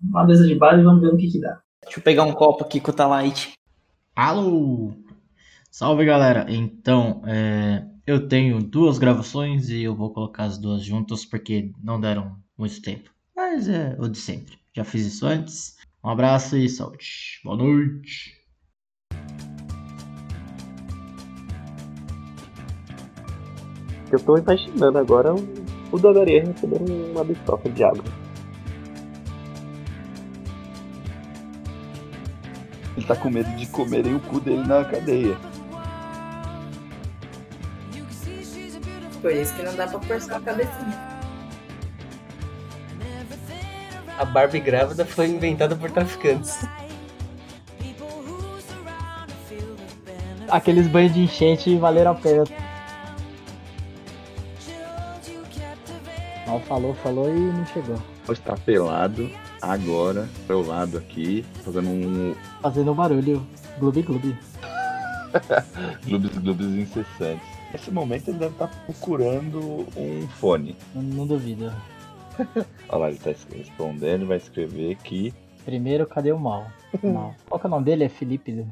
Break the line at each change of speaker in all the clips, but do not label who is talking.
uma mesa de bar e vamos ver no que, que dá.
Deixa eu pegar um copo aqui com o Talite.
Alô! Salve galera! Então, é, eu tenho duas gravações e eu vou colocar as duas juntas porque não deram muito tempo. Mas é o de sempre. Já fiz isso antes. Um abraço e saúde. Boa noite!
Eu tô imaginando agora é um- o- o Dogaria recebendo uma bistoca de água.
Ele tá com medo de comerem o cu dele na cadeia.
Por isso que não dá pra forçar a cabecinha.
A Barbie grávida foi inventada por traficantes.
Aqueles banhos de enchente valeram a pena. Mal falou, falou e não chegou.
Pode estar pelado agora, pro lado aqui, fazendo um
Fazendo um barulho. Gloob gloob.
glubes glubes incessantes. Nesse momento ele deve estar procurando um fone.
Não, não duvido.
Olha lá, ele tá respondendo, vai escrever que
Primeiro, cadê o mal? mal. Qual que é o nome dele? É Felipe. né?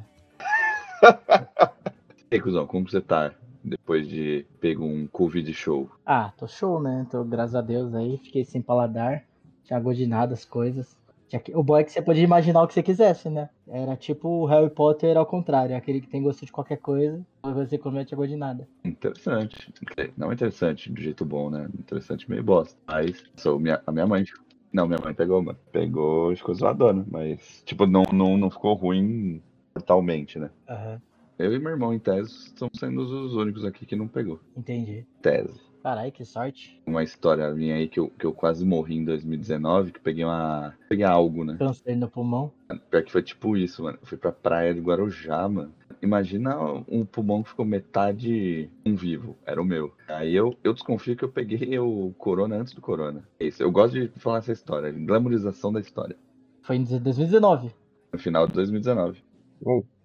Ei, cuzão, como você tá depois de pego um Covid show?
Ah, tô show, né? Tô, graças a Deus aí. Fiquei sem paladar. Tinha gosto de nada as coisas. Tinha que- O bom é que você podia imaginar o que você quisesse, né? Era tipo o Harry Potter ao contrário. É Aquele que tem gosto de qualquer coisa. Mas você comia, tinha gosto de nada.
Interessante. Não é interessante, do jeito bom, né? Interessante meio bosta. Mas sou minha, a minha mãe. Não, minha mãe pegou, mano. Pegou e ficou zoadona, mas, tipo, não, não, não ficou ruim totalmente, né?
Aham.
Eu e meu irmão, em tese, estamos sendo os únicos aqui que não pegou.
Entendi.
Tese.
Carai, que sorte.
Uma história minha aí que eu, que eu quase morri em 2019, que eu peguei uma. Peguei algo, né?
Câncer no pulmão.
Pior que foi tipo isso, mano. Eu fui pra praia do Guarujá, mano. Imagina um pulmão que ficou metade um vivo. Era o meu. Aí eu, eu desconfio que eu peguei o corona antes do corona. É isso. Eu gosto de falar essa história. Glamorização da história.
Foi em 2019.
No final de 2019.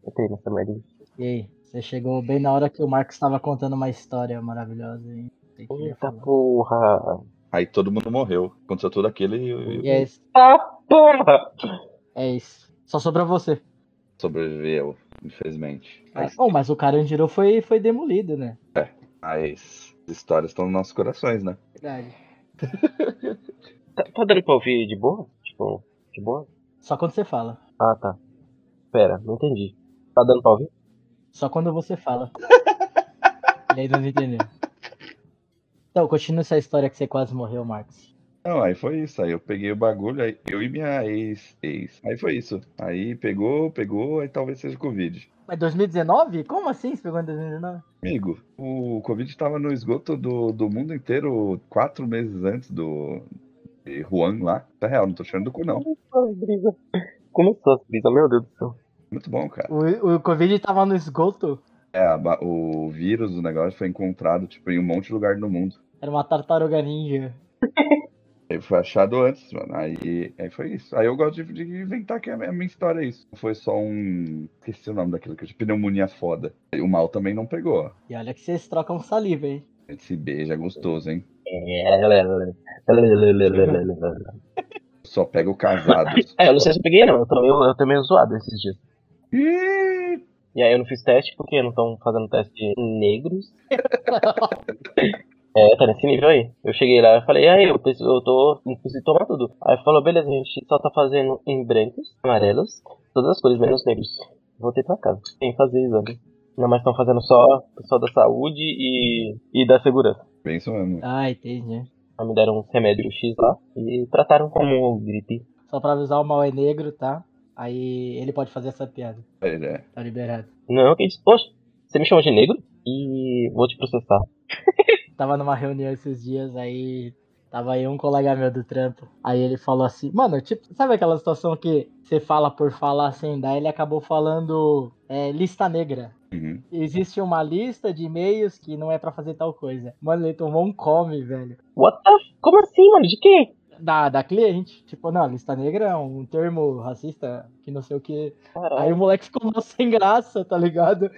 Entrei nessa merda.
E aí, você chegou bem na hora que o Marcos estava contando uma história maravilhosa. Hein? Sei que eu ia
Eita
falar.
porra!
Aí todo mundo morreu. Aconteceu tudo aquilo e eu, eu
E é isso.
Porra!
É isso. Só sobrou você.
sobreviveu, infelizmente. Mas,
Oh, mas o Carandiru foi, foi demolido, né?
mas histórias estão nos nossos corações, né?
Verdade.
Tá, tá dando pra ouvir de boa? Tipo, de boa?
Só quando você fala.
Ah, tá. Pera, não entendi. Tá dando pra ouvir?
Só quando você fala. e aí não entendeu. Então, continua essa história que você quase morreu, Marcos.
Não, aí foi isso. Aí eu peguei o bagulho, aí eu e minha ex, ex. Aí foi isso. Aí pegou, pegou, aí talvez seja Covid.
Mas 2019? Como assim você pegou em 2019?
Amigo, o Covid estava no esgoto do, do mundo inteiro quatro meses antes do de Juan lá. Tá real, não tô tirando do cu, não.
Ai, brisa. Começou as brisas, meu Deus do céu.
Muito bom, cara.
O, o Covid tava no esgoto?
É, a ba- o vírus do negócio foi encontrado, tipo, em um monte de lugar no mundo.
Era uma tartaruga ninja.
Ele foi achado antes, mano. Aí, aí foi isso. Aí eu gosto de, de inventar que a minha, a minha história é isso. Não Foi só um. Esqueci o nome daquilo, que de pneumonia foda. E o mal também não pegou. ó.
E olha que vocês trocam saliva, hein?
A gente se beija, é gostoso, hein?
É,
Só pega o casado.
eu não sei se eu peguei, não. Eu tô meio, eu tô meio zoado esses dias.
Ih,
E aí eu não fiz teste porque não estão fazendo teste de negros. é, tá nesse nível aí. Eu cheguei lá e falei, aí eu, preciso- eu tô. eu Preciso tomar tudo. Aí falou, beleza, a gente só tá fazendo em brancos, amarelos, todas as cores, menos negros. Voltei pra casa. Tem que fazer exame. Não, mas estão fazendo só pessoal da saúde e, e da segurança.
Bem isso mesmo.
Ah, entendi.
Aí me deram uns remédios X lá e trataram como gripe.
Só pra avisar, o mal é negro, tá? Aí ele pode fazer essa piada.
Ele é.
Tá liberado.
Não, que isso? Poxa, você me chamou de negro? E vou te processar.
Tava numa reunião esses dias, aí tava aí um colega meu do trampo. Aí ele falou assim, mano, tipo, sabe aquela situação que você fala por falar sem dar? Ele acabou falando é, lista negra.
Uhum.
Existe uma lista de e-mails que não é pra fazer tal coisa. Mano, ele tomou um come, velho.
What the? f- Como assim, mano? De quem?
Da, da cliente. Tipo, não, lista negra é um termo racista que não sei o que.
Caralho.
Aí o moleque ficou mó sem graça, tá ligado?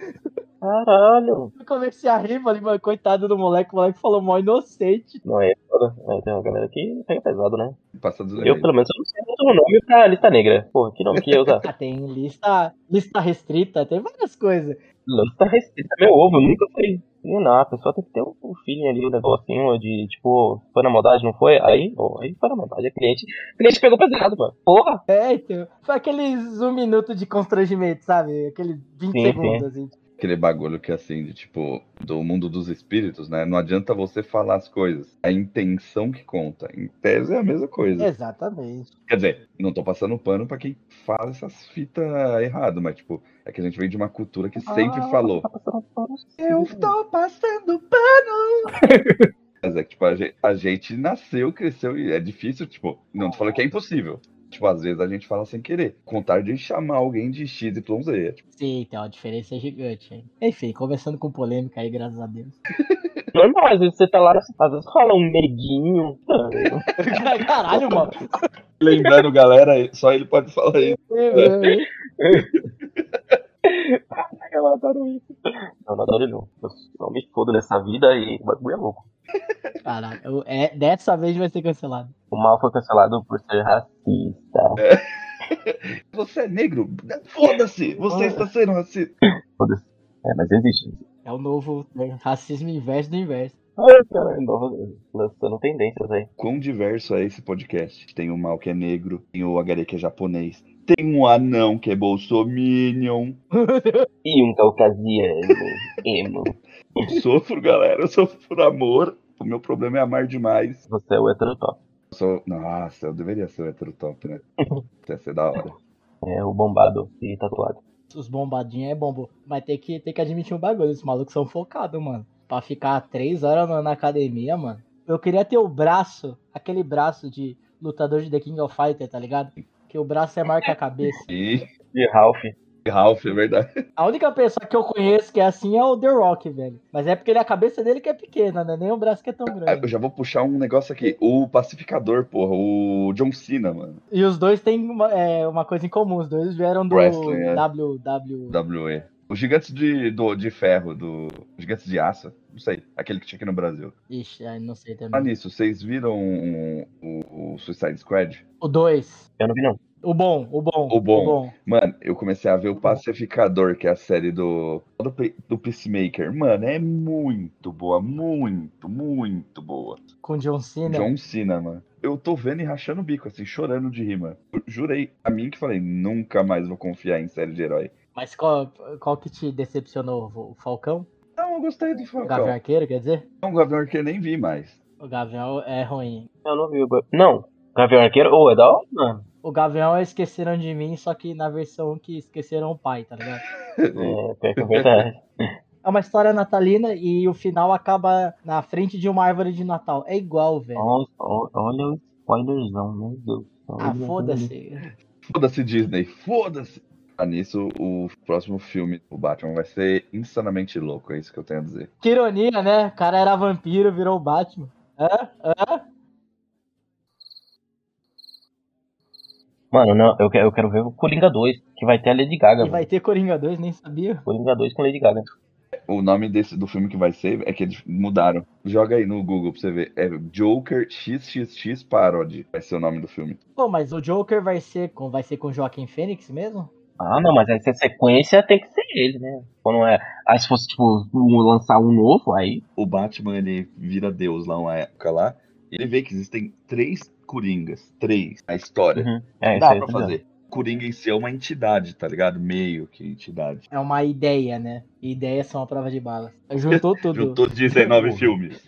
Caralho!
Eu comecei a rir, falei, mano, coitado do moleque, o moleque falou mó inocente.
Não, é foda. É, tem uma galera que pega pesado, né?
Passados
Eu, pelo menos, eu não sei o nome pra lista negra. Porra, que nome que eu ia usar?
Ah, tem lista, lista restrita, tem várias coisas.
Lista restrita, Tá meu ovo, eu nunca sei. E não, a pessoa tem que ter um, um feeling ali, um negocinho de, tipo, foi na maldade, não foi? Aí, pô, aí foi na maldade, a cliente, a cliente pegou pesado, mano. Porra!
É, então. Foi aqueles um minuto de constrangimento, sabe? Aqueles 20
Sim,
segundos, assim.
aquele bagulho que assim, de tipo, do mundo dos espíritos, né? Não adianta você falar as coisas. É a intenção que conta. Em tese é a mesma coisa.
Exatamente.
Quer dizer, não tô passando pano pra quem fala essas fitas errado, mas tipo, é que a gente vem de uma cultura que sempre falou.
Tá passando pano,
Ah, Eu
sim.
estou passando pano.
Mas é que, tipo, a gente, a gente nasceu, cresceu e é difícil, tipo, não tô falando que é impossível. Tipo, às vezes a gente fala sem querer. Contar de chamar alguém de X, Y, Z. Tipo,
Sim, tem uma diferença é gigante, hein? Enfim, conversando com polêmica aí, graças a Deus.
Normal, às vezes você tá lá, às vezes fala um neguinho.
Caralho, mano.
lembrando, galera, só ele pode falar isso.
Ai, eu adoro isso. Não, não adoro ele, não. Eu só me fodo nessa vida e o bagulho é louco.
Caralho, eu- é, dessa vez vai ser cancelado.
O mal foi cancelado por ser racista.
Você é negro? Foda-se! Você está sendo racista.
Foda-se. É, mas existe.
É o novo né, racismo inverso do inverso.
Ai, caralho, nova- lançando tendências aí.
quão diverso é esse podcast. Tem o Mal que é negro, tem o HD que é japonês, tem um anão que é bolsominion.
E um caucasiano, emo.
Eu sofro, galera, eu sofro por amor. O meu problema é amar demais.
Você é o heterotop.
Eu sou... Nossa, eu deveria ser o hétero top, né? Ia ser da hora.
É o bombado e tatuado.
Os bombadinhos é bombo. Mas tem que, tem que admitir um bagulho, esses malucos são focados, mano. Pra ficar três horas na, na academia, mano. Eu queria ter o braço, aquele braço de lutador de The King of Fighter, tá ligado? Que o braço é maior que a cabeça.
E
E Ralph.
Ralph, é verdade.
A única pessoa que eu conheço que é assim é o The Rock, velho. Mas é porque ele, a cabeça dele que é pequena, né? Nem o braço que é tão
Ah, Eu
grande.
já vou puxar um negócio aqui. O pacificador, porra, o John Cena, mano.
E os dois têm uma, é, uma coisa em comum. Os dois vieram do
Wrestling, é.
WW.
WE. O gigante de, do, de ferro, do. Gigante de aço, não sei. Aquele que tinha aqui no Brasil.
Ixi, aí não sei
Ah,
também.
nisso, vocês viram o- o Suicide Squad?
O dois.
Eu não vi, não.
O bom, o bom.
O bom. Mano, eu comecei a ver o Pacificador, que é a série do, do, Pe- do Peacemaker. Mano, é muito boa, muito, muito boa.
Com John Cena.
John Cena, mano. Eu tô vendo e rachando o bico, assim, chorando de rir, mano. Eu Jurei a mim que falei, nunca mais vou confiar em série de herói.
Mas qual, qual que te decepcionou? O Falcão?
Não, eu gostei do
O Gavião
Falcão.
Arqueiro, quer dizer?
Não, o Gavião Arqueiro eu nem vi mais.
O Gavião é ruim.
Eu não vi. o Gu- Não. Gavião Arqueiro? Ô, é da hora, mano.
O Gavião é Esqueceram de Mim, só que na versão que esqueceram o pai, tá ligado?
É, pior que é verdade.
É uma história natalina e o final acaba na frente de uma árvore de Natal. É igual, velho.
Nossa, ó- olha o spoilerzão, meu Deus.
Ah,
Olha-
foda-se.
Foda-se, Disney, foda-se. Ah, nisso, o próximo filme do Batman vai ser insanamente louco, é isso que eu tenho a dizer.
Que ironia, né? O cara era vampiro, virou o Batman.
Mano, não, eu quero, eu quero ver o Coringa 2, que vai ter a Lady Gaga.
E vai
mano.
ter Coringa 2, nem sabia.
Coringa 2 com Lady Gaga.
O nome desse, do filme que vai ser é que eles mudaram. Joga aí no Google pra você ver. É Joker XXX Parody. Vai ser o nome do filme.
Pô, mas o Joker vai ser com, vai ser com Joaquim Fênix mesmo?
Ah, não, mas essa sequência tem que ser ele, né? Ou não é? Aí se fosse, tipo, um- lançar um novo, aí.
O Batman, ele vira Deus lá uma época lá. Ele vê que existem três Coringas. Três. A história.
Uhum. É, isso
Dá
aí,
pra
tá ligado?
fazer. Coringa em si é uma entidade, tá ligado? Meio que entidade.
É uma ideia, né? Ideias são a prova de balas. Juntou tudo.
Juntou 19 filmes.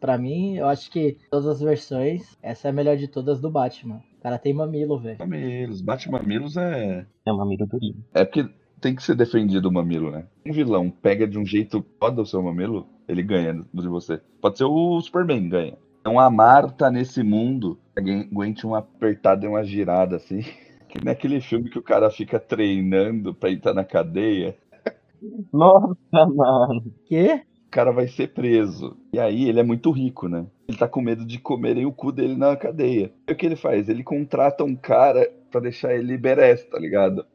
Pra mim, eu acho que todas as versões, essa é a melhor de todas do Batman. O cara tem mamilo, velho.
Mamilos. Batman Mamilos é...
É uma mira durinha.
É porque tem que ser defendido o mamilo, né? Um vilão pega de um jeito foda o seu mamilo, ele ganha do de você. Pode ser o Superman ganha. Então a Marta nesse mundo alguém aguente uma apertada e uma girada assim. Que nem aquele filme que o cara fica treinando pra entrar na cadeia.
Nossa, mano.
Quê?
O cara vai ser preso. E aí ele é muito rico, né? Ele tá com medo de comerem o cu dele na cadeia. E o que ele faz? Ele contrata um cara pra deixar ele berés, tá ligado?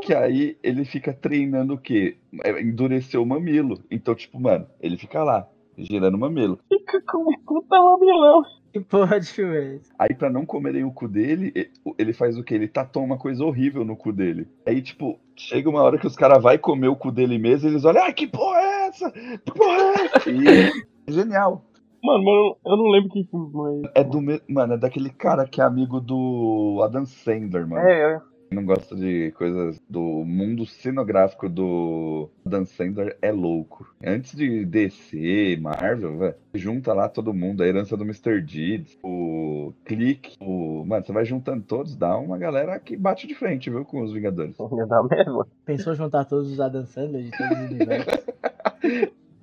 Que aí ele fica treinando o quê? É, Endurecer o mamilo. Então, tipo, mano, ele fica lá. girando o mamilo.
Fica com o cu tá mamilão.
Que porra de filme é esse?
Aí, pra não comerem o cu dele, e- ele faz o quê? Ele tatua uma coisa horrível no cu dele. Aí, tipo, chega uma hora que os caras vão comer o cu dele mesmo, eles olham, ah, que porra é essa? Que porra é essa? E é genial.
Mano, mano, eu não lembro que filme, mas.
É do me... Mano, é daquele cara que é amigo do Adam Sandler, mano.
É, eu.
Quem não gosta de coisas do mundo cenográfico do Dan Sandler é louco. Antes de DC, Marvel, velho, junta lá todo mundo, a herança do Mr. Deeds, o Click, o. Mano, você vai juntando todos, dá uma galera que bate de frente, viu, com os Vingadores.
Ia dar mesmo.
Pensou juntar todos os Adam Sandler de todos os universos?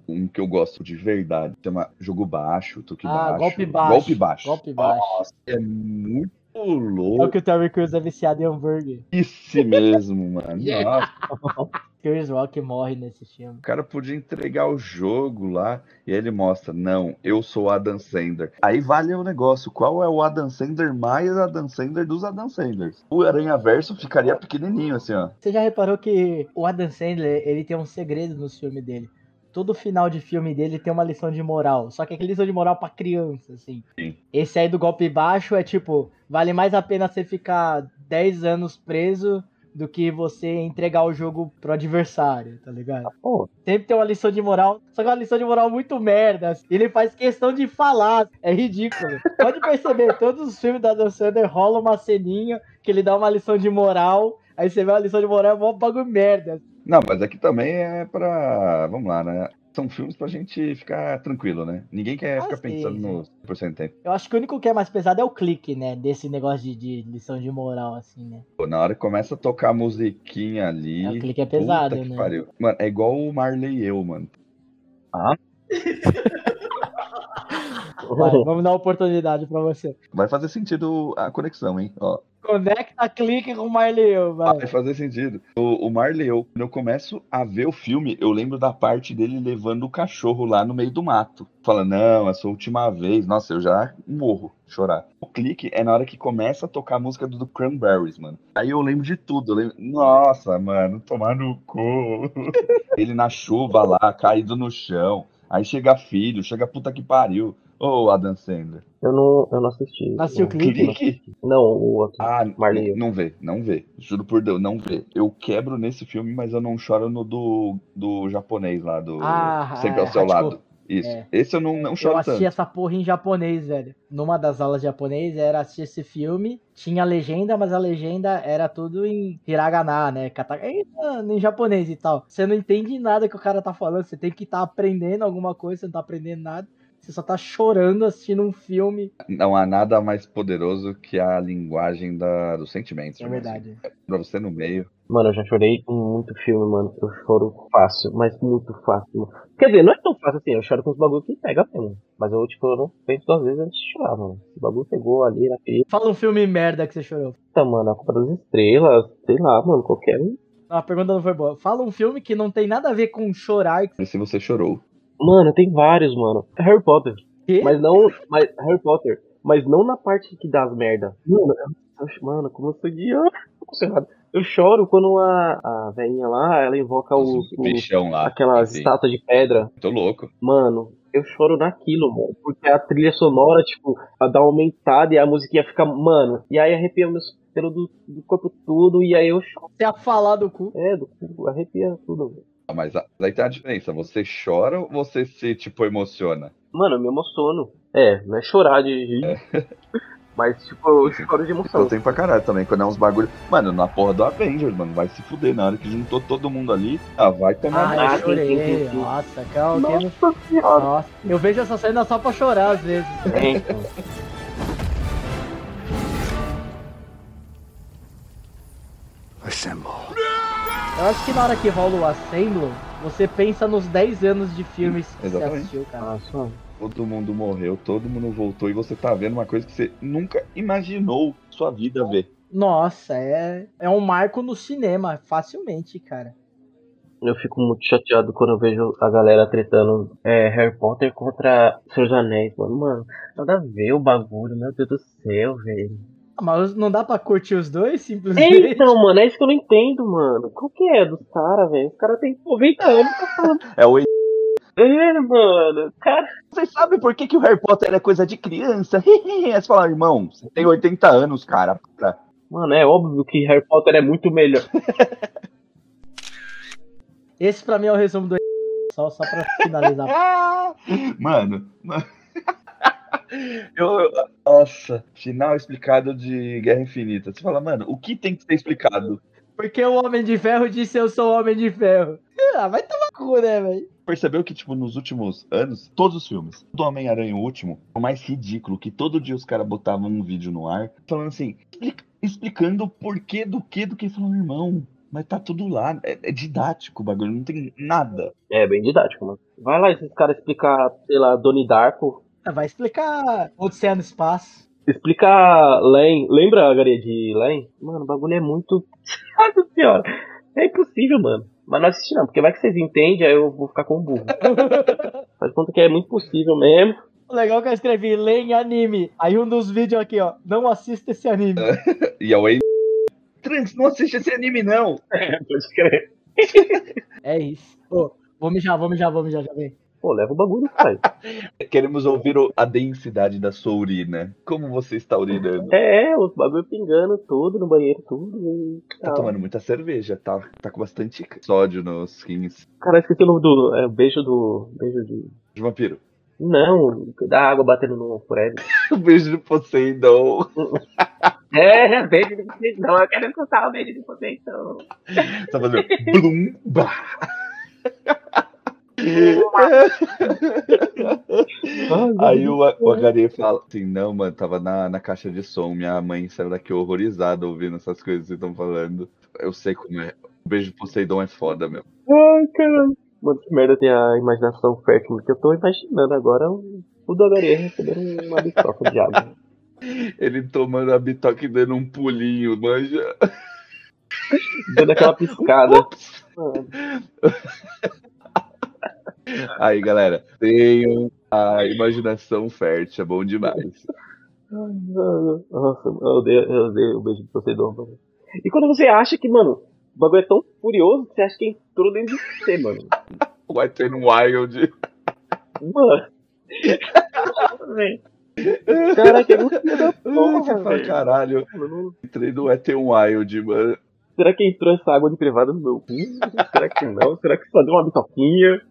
Um que eu gosto de verdade, chama Jogo Baixo, Tuque
Ah,
Baixo.
golpe baixo.
Golpe Baixo.
Golpe baixo.
Nossa, é muito
É o que
louco
o Terry Crews é viciado em hambúrguer.
esse mesmo, mano. Nossa.
Chris Rock morre nesse filme.
O cara podia entregar o jogo lá e aí ele mostra, não, eu sou o Adam Sandler. Aí vale o negócio, qual é o Adam Sandler mais Adam Sandler dos Adam Sandlers? O Aranha Verso ficaria pequenininho assim, ó.
Você já reparou que o Adam Sandler, ele tem um segredo no filme dele. Todo final de filme dele tem uma lição de moral. Só que é aquela lição de moral pra criança, assim.
Sim.
Esse aí do golpe baixo é tipo, vale mais a pena você ficar 10 anos preso do que você entregar o jogo pro adversário, tá ligado?
Pô,
Sempre tem uma lição de moral, só que é uma lição de moral muito merda. assim. Ele faz questão de falar, é ridículo. Pode perceber, todos os filmes da Adam Sandler rola uma ceninha que ele dá uma lição de moral, aí você vê uma lição de moral, é um bagulho merda.
Não, mas aqui também é pra, vamos lá, né? São filmes pra gente ficar tranquilo, né? Ninguém quer
Ah,
ficar
sim,
pensando
sim.
no 100% tempo.
Eu acho que o único que é mais pesado é o clique, né, desse negócio de, de lição de moral, assim, né.
Pô, na hora que começa a tocar a musiquinha ali.
É, o clique é
puta
pesado,
que
né.
pariu. Mano, é igual o Marley e eu, mano.
Vai, vamos dar oportunidade pra você.
Vai fazer sentido a conexão, hein? Ó.
Conecta clique com o Marley, eu, vai.
Vai fazer sentido. O, o Marley, eu, quando eu começo a ver o filme, eu lembro da parte dele levando o cachorro lá no meio do mato. Fala, não, essa última vez. Nossa, eu já morro, de chorar. O clique é na hora que começa a tocar a música do, do Cranberries, mano. Aí eu lembro de tudo. Eu lembro... Nossa, mano, tomar no cu. Ele na chuva lá, caído no chão. Aí chega filho, chega puta que pariu. Ô, Adam Sandler.
eu não, eu não assisti.
Nasceu o clique.
Clique?
Não, o outro.
Ah,
Marley.
não vê, não vê. Juro por Deus, não vê. Eu quebro nesse filme, mas eu não choro no do, do japonês lá, do
Ah,
Sempre ao
é,
seu
Hachiko.
lado. Isso.
É.
Esse eu não, não
Eu
choro
assisti
tanto.
essa porra em japonês, velho. Numa das aulas de japonês era assistir esse filme, tinha legenda, mas a legenda era tudo em hiragana, né? Kataka, em em japonês e tal. Você não entende nada que o cara tá falando, você tem que estar aprendendo alguma coisa, você não tá aprendendo nada. Você só tá chorando assistindo um filme.
Não há nada mais poderoso que a linguagem da, dos sentimentos.
É
irmão. Assim,
verdade.
Pra você no meio.
Mano, eu já chorei em muito filme, mano. Eu choro fácil, mas muito fácil. mano. Quer dizer, não é tão fácil assim. Eu choro com os bagulho que pega mesmo. Mas eu, tipo, eu não penso duas vezes antes de chorar, mano. O bagulho pegou ali na crista,
Fala um filme merda que você chorou.
mano. A culpa das estrelas, sei lá, mano. Qualquer um.
Não, a pergunta não foi boa. Fala um filme que não tem nada a ver com chorar. e-
E se você chorou.
Mano, tem vários, mano. Harry Potter.
Que?
Mas não. Mas, Harry Potter. Mas não na parte que dá as merda. Mano, eu- eu- mano, como eu sou de. errado. Eu choro quando a, a velhinha lá, ela
É
invoca o,
Os bichão
ah,
lá.
aquelas
Sim,
estátuas de pedra.
Tô louco.
Mano, eu choro naquilo, mano. Porque a trilha sonora, tipo, ela dá uma aumentada e a musiquinha fica. Mano, e aí arrepia meus pelos do, do corpo tudo, e aí eu choro.
Você ia falar do cu.
É, do cu, arrepia tudo, velho.
Ah, Mas a- aí tem uma diferença. Você chora ou você se, tipo, emociona?
Mano, eu me emociono. É, não é chorar de rir. Mas, tipo, eu choro de
Eu
emoção.
tenho pra caralho também, quando é uns bagulho. Mano, na porra do Avengers, mano, vai se fuder. Na hora que juntou todo mundo ali, ah, vai tomar
Ah, eu
Ah, tem, tem,
chorei.
tem, tem.
Nossa, calma. quem não-
Nossa senhora.
Nossa, eu vejo essa cena só pra chorar às vezes.
Então
Eu acho que na hora que rola o Assembly, você pensa nos 10 anos de filmes que você
Exatamente.
assistiu, cara.
Nossa, mano.
Todo mundo morreu, todo mundo voltou e você tá vendo uma coisa que você nunca imaginou sua vida ver.
Nossa, é, é um marco no cinema, facilmente, cara.
Eu fico muito chateado quando eu vejo a galera tretando é, Harry Potter contra Senhor dos Anéis, mano. Mano, nada a ver o bagulho, meu Deus do céu, velho.
Ah, Mas não dá pra curtir os dois, simplesmente?
É, então, mano, é isso que eu não entendo, mano. Qual que é dos caras, velho? Os caras têm 90 anos.
É o
É, mano. Cara,
Vocês sabem por que, que o Harry Potter é coisa de criança? Aí você fala, irmão, você tem 80 anos, cara. Pra...
mano, é óbvio que Harry Potter é muito melhor.
Esse pra mim é o resumo do só, só pra finalizar.
Mano, mano. Eu, nossa, final explicado de Guerra Infinita. Você fala, mano, o que tem que ser explicado?
Porque o Homem de Ferro disse eu sou o Homem de Ferro. Ah, vai tomar cu, né, velho?
Percebeu que, tipo, nos últimos anos, todos os filmes, do Homem-Aranha o último, o mais ridículo, que todo dia os caras botavam um vídeo no ar, falando assim, explica- explicando o porquê do que, do que, falando, irmão, mas tá tudo lá, é, é didático o bagulho, não tem nada.
É, bem didático, mano. Vai lá esses caras explicar, sei lá, Doni Darko.
Ah, Vai explicar Odisseia no Espaço.
Explicar Len. Lembra a garia de Len? Mano, o bagulho é muito. Nossa senhora. É impossível, mano. Mas não assisti não, porque vai que vocês entendem, aí eu vou ficar com o burro. Faz conta que é muito possível mesmo.
O legal é que eu escrevi lê em anime. Aí um dos vídeos aqui, ó. Não assista esse anime.
É. E a Wayne... Trunks, não assiste esse anime, não!
Pode crer.
É isso. Ô, vou mijar, vou mijar, vou mijar, já vem.
Pô, leva o bagulho, cara.
Queremos ouvir o- a densidade da sua urina. Como você está urinando?
É, é, os bagulho pingando tudo no banheiro, tudo. E...
Tá tomando muita cerveja, tá, tá com bastante sódio nos rins.
Cara, esqueci o nome do. É, beijo do. Beijo de.
De vampiro.
Não, da água batendo no Fred.
O beijo de então. Poseidon.
É, beijo de vocês não. Eu quero escutar o beijo de vocês então.
Tá fazendo blum, bah. Aí o, o HD fala assim: Não, mano, tava na, na caixa de som. Minha mãe saiu daqui horrorizada ouvindo essas coisas que vocês estão falando. Eu sei como é. O beijo de Poseidon é foda, meu.
Ai, caramba. Mano, que merda tem a imaginação fértil que eu tô imaginando agora. o- O Dogaré recebendo uma bitoca de água.
Ele tomando a bitoca e dando um pulinho, manja.
Dando aquela piscada.
Aí, galera, tenham a imaginação fértil, é bom demais.
Mano, Nossa, eu odeio, eu odeio o beijo de Poseidon, mano. E quando você acha que, mano, o bagulho é tão furioso que você acha que entrou dentro de você, mano.
White and Wild.
Mano. Caraca, é muito filho da
Você
porra,
fala,
velho.
caralho,
Mano,
entrei no White and Wild, mano.
Será que entrou essa água de privada no meu cu? Será que não? Será que só deu uma bitoquinha?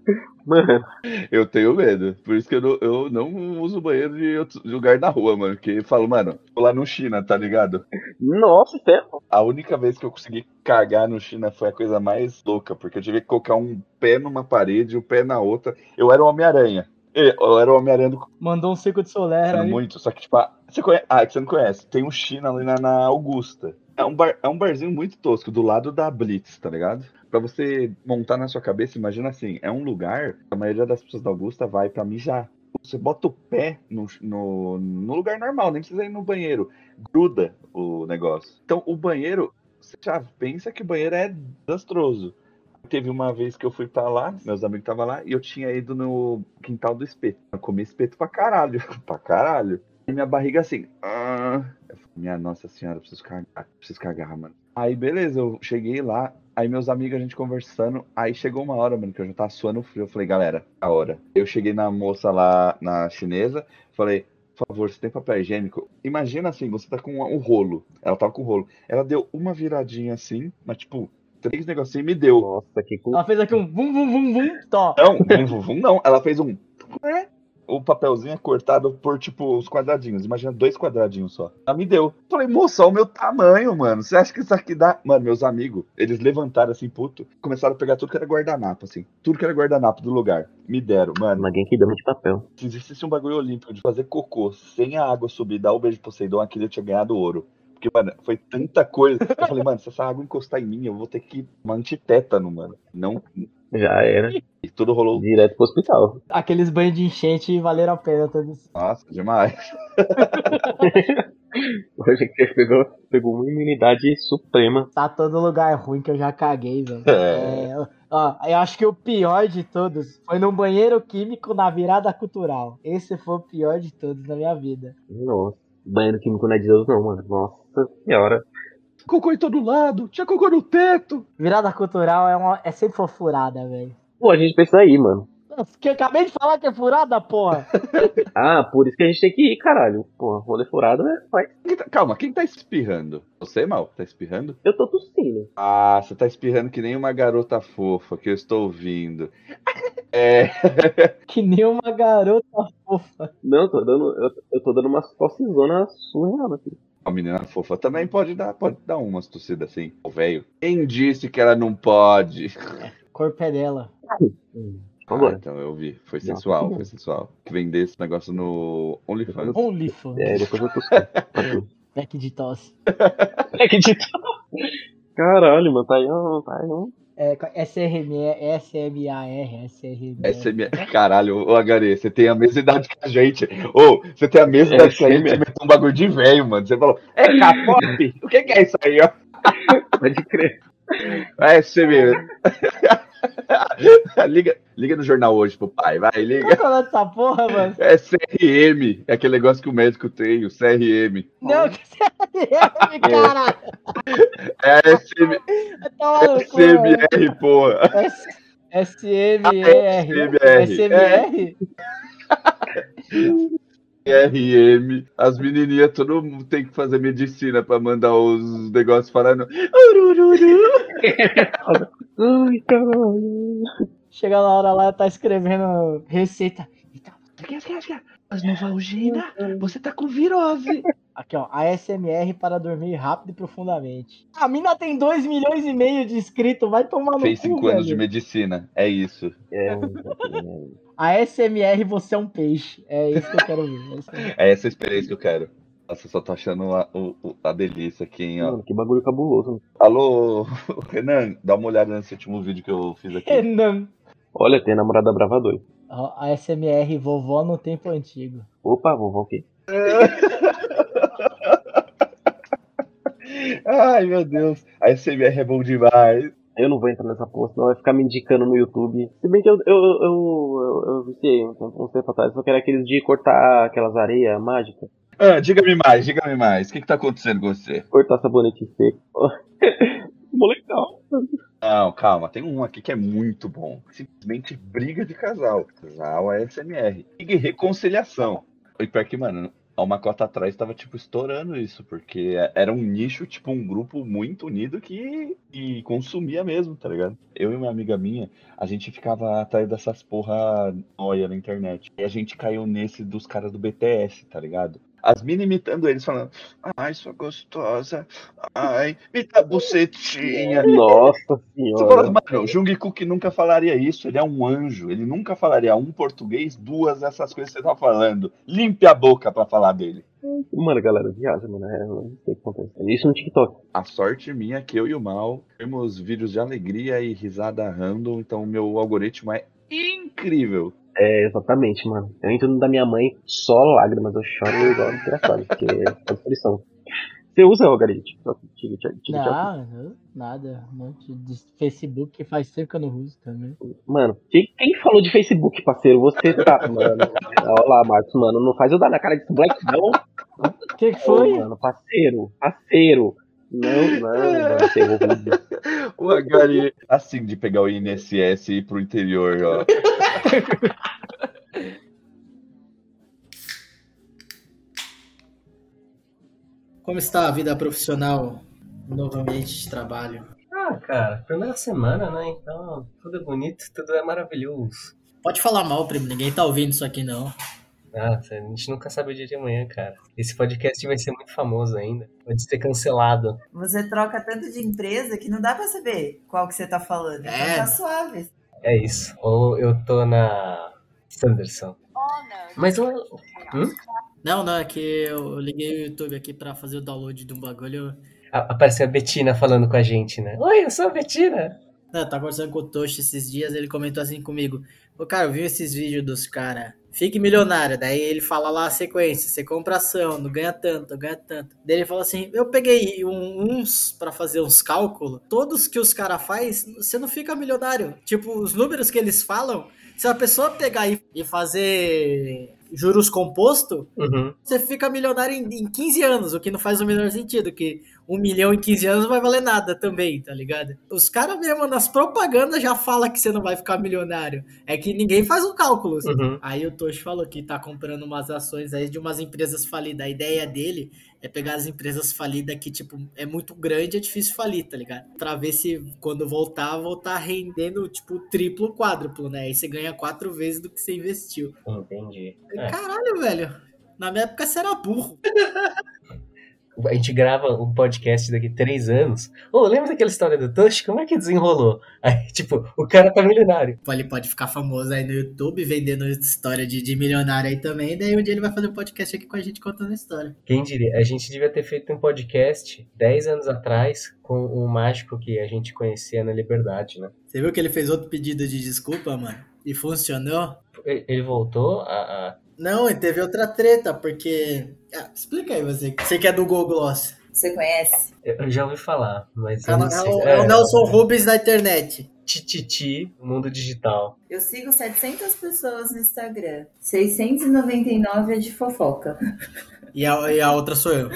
Mano,
Eu tenho medo. Por isso que eu não, eu não uso banheiro de, outro- de lugar na rua, mano. Porque eu falo, mano, tô lá no China, tá ligado?
nossa, isso é
A única vez que eu consegui cagar no China foi a coisa mais louca, porque eu tive que colocar um pé numa parede, o pé na outra. Eu era o Homem-Aranha. Eu era o Homem-Aranha do
Mandou um circo de solera
Era
aí.
muito, só que, tipo, ah, você conhece, ah, que você não conhece, tem um China ali na, na Augusta. É um, bar, é um barzinho muito tosco, do lado da Blitz, tá ligado? Pra você montar na sua cabeça, imagina assim, é um lugar que a maioria das pessoas da Augusta vai pra mijar. Você bota o pé no, no, no lugar normal, nem precisa ir no banheiro. Gruda o negócio. Então, o banheiro, você já pensa que o banheiro é desastroso. Teve uma vez que eu fui pra lá, meus amigos estavam lá, e eu tinha ido no quintal do espeto. Eu comi espeto pra caralho, pra caralho. E minha barriga assim. ah. Eu falei, minha nossa senhora, eu preciso cagar, preciso cagar, mano. Aí beleza, eu cheguei lá, aí meus amigos, a gente conversando, aí chegou uma hora, mano, que eu já tava suando frio. Eu falei, galera, é a hora. Eu cheguei na moça lá, na chinesa, falei, por favor, você tem papel higiênico? Imagina assim, você tá com um rolo. Ela tava com um rolo. Ela deu uma viradinha assim, mas tipo, três negocinhos e me deu.
Nossa, que cu.
Ela fez aqui um vum, vum, vum, vum, tó.
Não, vum, vum, vum, não. Ela fez um. O papelzinho é cortado por, tipo, os quadradinhos. Imagina dois quadradinhos só. Ela me deu. Falei, moça, olha o meu tamanho, mano. Você acha que isso aqui dá. Mano, meus amigos, eles levantaram assim, puto. Começaram a pegar tudo que era guardanapo, assim. Tudo que era guardanapo do lugar. Me deram, mano.
Alguém que dama de papel.
Se existisse um bagulho olímpico de fazer cocô sem a água subir, dar o beijo pro Poseidon, aquele eu tinha ganhado ouro. Porque, mano, foi tanta coisa. Eu falei, mano, se essa água encostar em mim, eu vou ter que uma antitétano, mano. Não.
Já era.
E tudo rolou.
Direto pro hospital.
Aqueles banhos de enchente valeram a pena tá todos.
Nossa, demais.
Hoje que você pegou, pegou uma imunidade suprema.
Tá todo lugar ruim que eu já caguei, velho.
É.
É, ó, eu acho que o pior de todos foi num banheiro químico na virada cultural. Esse foi o pior de todos na minha vida.
Nossa. Banheiro químico não é de Deus, não, mano. Nossa senhora.
Cocô em todo lado, tinha cocô no teto.
Virada cultural é, uma, é sempre uma furada, velho.
Pô, a gente pensa aí, mano.
Que eu acabei de falar que é furada, porra.
Ah, por isso que a gente tem que ir, caralho. Porra, rolê furado é faz.
Quem tá- Calma, quem tá espirrando? Você, Mal, tá espirrando?
Eu tô tossindo.
Ah, você tá espirrando que nem uma garota fofa que eu estou ouvindo. É,
Que nem uma garota fofa.
Não, tô dando. Eu, eu tô dando uma tossizona surreal aqui.
a menina fofa também pode dar, pode dar umas tossidas assim, o velho. Quem disse que ela não pode?
Corpo é dela.
Ah,
Vambora.
então eu vi, foi
Não.
sensual, foi sensual. Vender esse negócio no OnlyFans.
Only fun.
É, depois eu tossindo.
Deck de tosse.
é que dito. Caralho, mano, tá aí um. Tá aí um.
É, SRME, SMAR, SRME.
SM... é Caralho, ô HD, você tem a mesma idade que a gente. Ô, você tem a mesma idade que a gente, você meteu um bagulho de velho, mano. Você falou, é capote? O que, que é isso aí, ó?
Pode crer.
É SM. liga, liga no jornal hoje pro pai, vai, liga.
Qual que é o nome dessa porra, mano?
É CRM, é aquele negócio que o médico tem, o CRM.
Não, que é CRM, caralho.
É SM,
Tá maluco, mano.
SMR, porra.
S- SMR.
SMR.
SMR?
CRM. As menininhas, todo mundo tem que fazer medicina pra mandar os negócios falando. "Urururu".
Ai, caralho.
Chega na hora lá, tá escrevendo receita.
Mas Novalgina, você tá com virose.
Aqui, ó. ASMR para dormir rápido e profundamente. A mina tem 2 milhões e meio de inscritos. Vai tomar no
Fez
cu,
5 anos de
velho.
medicina, é isso.
É,
ASMR, você é um peixe. É isso que eu quero ver. é isso que eu quero ver.
É essa experiência que eu quero. Nossa, eu só tô achando a, o- o- a delícia aqui, hein, ó.
mano, que bagulho cabuloso.
Alô, Renan, dá uma olhada nesse último vídeo que eu fiz aqui.
Renan.
Olha, tem a namorada brava dois.
Ó, ASMR, vovó no tempo antigo.
Opa, vovó, o quê?
Ai, meu Deus. A SMR é bom demais.
Eu não vou entrar nessa porra, senão vai ficar me indicando no YouTube. Se bem que eu, eu, eu, eu, eu viciei um tempo, um tempo atrás, só que era aqueles de cortar aquelas areias mágicas,
Ah, diga-me mais, diga-me mais. O que, que tá acontecendo com você?
cortar sabonete seco. Molecão.
Não, calma, tem um aqui que é muito bom. Simplesmente briga de casal. Casal é ASMR. E reconciliação. E pior que, mano, há uma cota atrás tava, tipo, estourando isso, porque era um nicho, tipo, um grupo muito unido que e consumia mesmo, tá ligado? Eu e uma amiga minha, a gente ficava atrás dessas porra noia na internet. E a gente caiu nesse dos caras do BTS, tá ligado? As mini imitando eles, falando, ai, sua gostosa, ai, me dá bucetinha.
Nossa
Você fala,
senhora.
mano, o Jungkook nunca falaria isso, ele é um anjo, ele nunca falaria um português, duas essas coisas que você tá falando. Limpe a boca pra falar dele.
Mano, galera, viaja, mano. É, não sei o que acontece. É Isso no TikTok.
A sorte minha é que eu e o Mal temos vídeos de alegria e risada random, então o meu algoritmo é incrível.
É, exatamente, mano. Eu entro no da minha mãe, só lágrimas, eu choro igual desgraçado, porque é destruição. Você usa o Galit?
Não, não, nada. Um monte de Facebook que faz tempo que eu não uso também.
Mano, quem, quem falou de Facebook, parceiro? Você tá, mano. Olha lá, Marcos, mano. Não faz eu dar na cara desse moleque, não.
O que, que
Foi?
foi?
mano, parceiro, parceiro. Não, um não, não. Você errou.
O Agari, assim de pegar o INSS e ir pro interior, ó.
Como está a vida profissional no novo ambiente de trabalho?
Ah, cara, primeira semana, né? Então, tudo é bonito, tudo é maravilhoso.
Pode falar mal, primo. Ninguém tá ouvindo isso aqui, não.
Ah, a gente nunca sabe o dia de amanhã, cara. Esse podcast vai ser muito famoso ainda. Pode ser cancelado.
Você troca tanto de empresa que não dá pra saber qual que você tá falando. Então
É.
tá suave.
É isso. Ou eu tô na Sanderson. Mas eu. Hum?
Não, não, é que eu liguei o YouTube aqui pra fazer o download de um bagulho.
A- Apareceu a Betina falando com a gente, né? Oi, eu sou a Betina.
Não, eu tava conversando com o Toshi esses dias, ele comentou assim comigo. Ô, cara, eu vi esses vídeos dos cara. Fique milionário. Daí ele fala lá a sequência. Você compra ação, não ganha tanto, não ganha tanto. Daí ele fala assim, eu peguei um- uns pra fazer uns cálculos. Todos que os cara faz, você não fica milionário. Tipo, os números que eles falam, se a pessoa pegar e, e fazer juros composto,
Uhum.
você fica milionário em, em 15 anos, o que não faz o menor sentido, que um milhão em 15 anos não vai valer nada também, tá ligado? Os caras mesmo nas propagandas já fala que você não vai ficar milionário. É que ninguém faz um cálculo. assim.
Uhum.
Aí o Toshi falou que tá comprando umas ações aí de umas empresas falidas. A ideia dele é pegar as empresas falidas que, tipo, é muito grande, é difícil falir, tá ligado? Pra ver se quando voltar, voltar rendendo, tipo, triplo, quádruplo, né? Aí você ganha quatro vezes do que você investiu.
Entendi. É.
Caralho, velho. Na minha época você era burro.
A gente grava um podcast daqui três anos. Ô, lembra daquela história do Toshi? Como é que desenrolou? Aí, tipo, o cara tá milionário.
Ele pode ficar famoso aí no YouTube, vendendo história de, de milionário aí também. Daí um dia ele vai fazer um podcast aqui com a gente contando a história.
Quem diria? A gente devia ter feito um podcast 10 anos atrás com o mágico que a gente conhecia na Liberdade, né?
Você viu que ele fez outro pedido de desculpa, mano? E funcionou?
Ele ele voltou a. a-
Não, e teve outra treta, porque. Ah, explica aí você. Você que é do Gogloss.
Você conhece?
Eu já ouvi falar, mas.
É,
eu
o-
não
é
sei.
o- é o Nelson Rubens da internet.
Tititi, mundo digital.
Eu sigo 700 pessoas no Instagram. 699 é de fofoca.
E a, e a outra sou eu.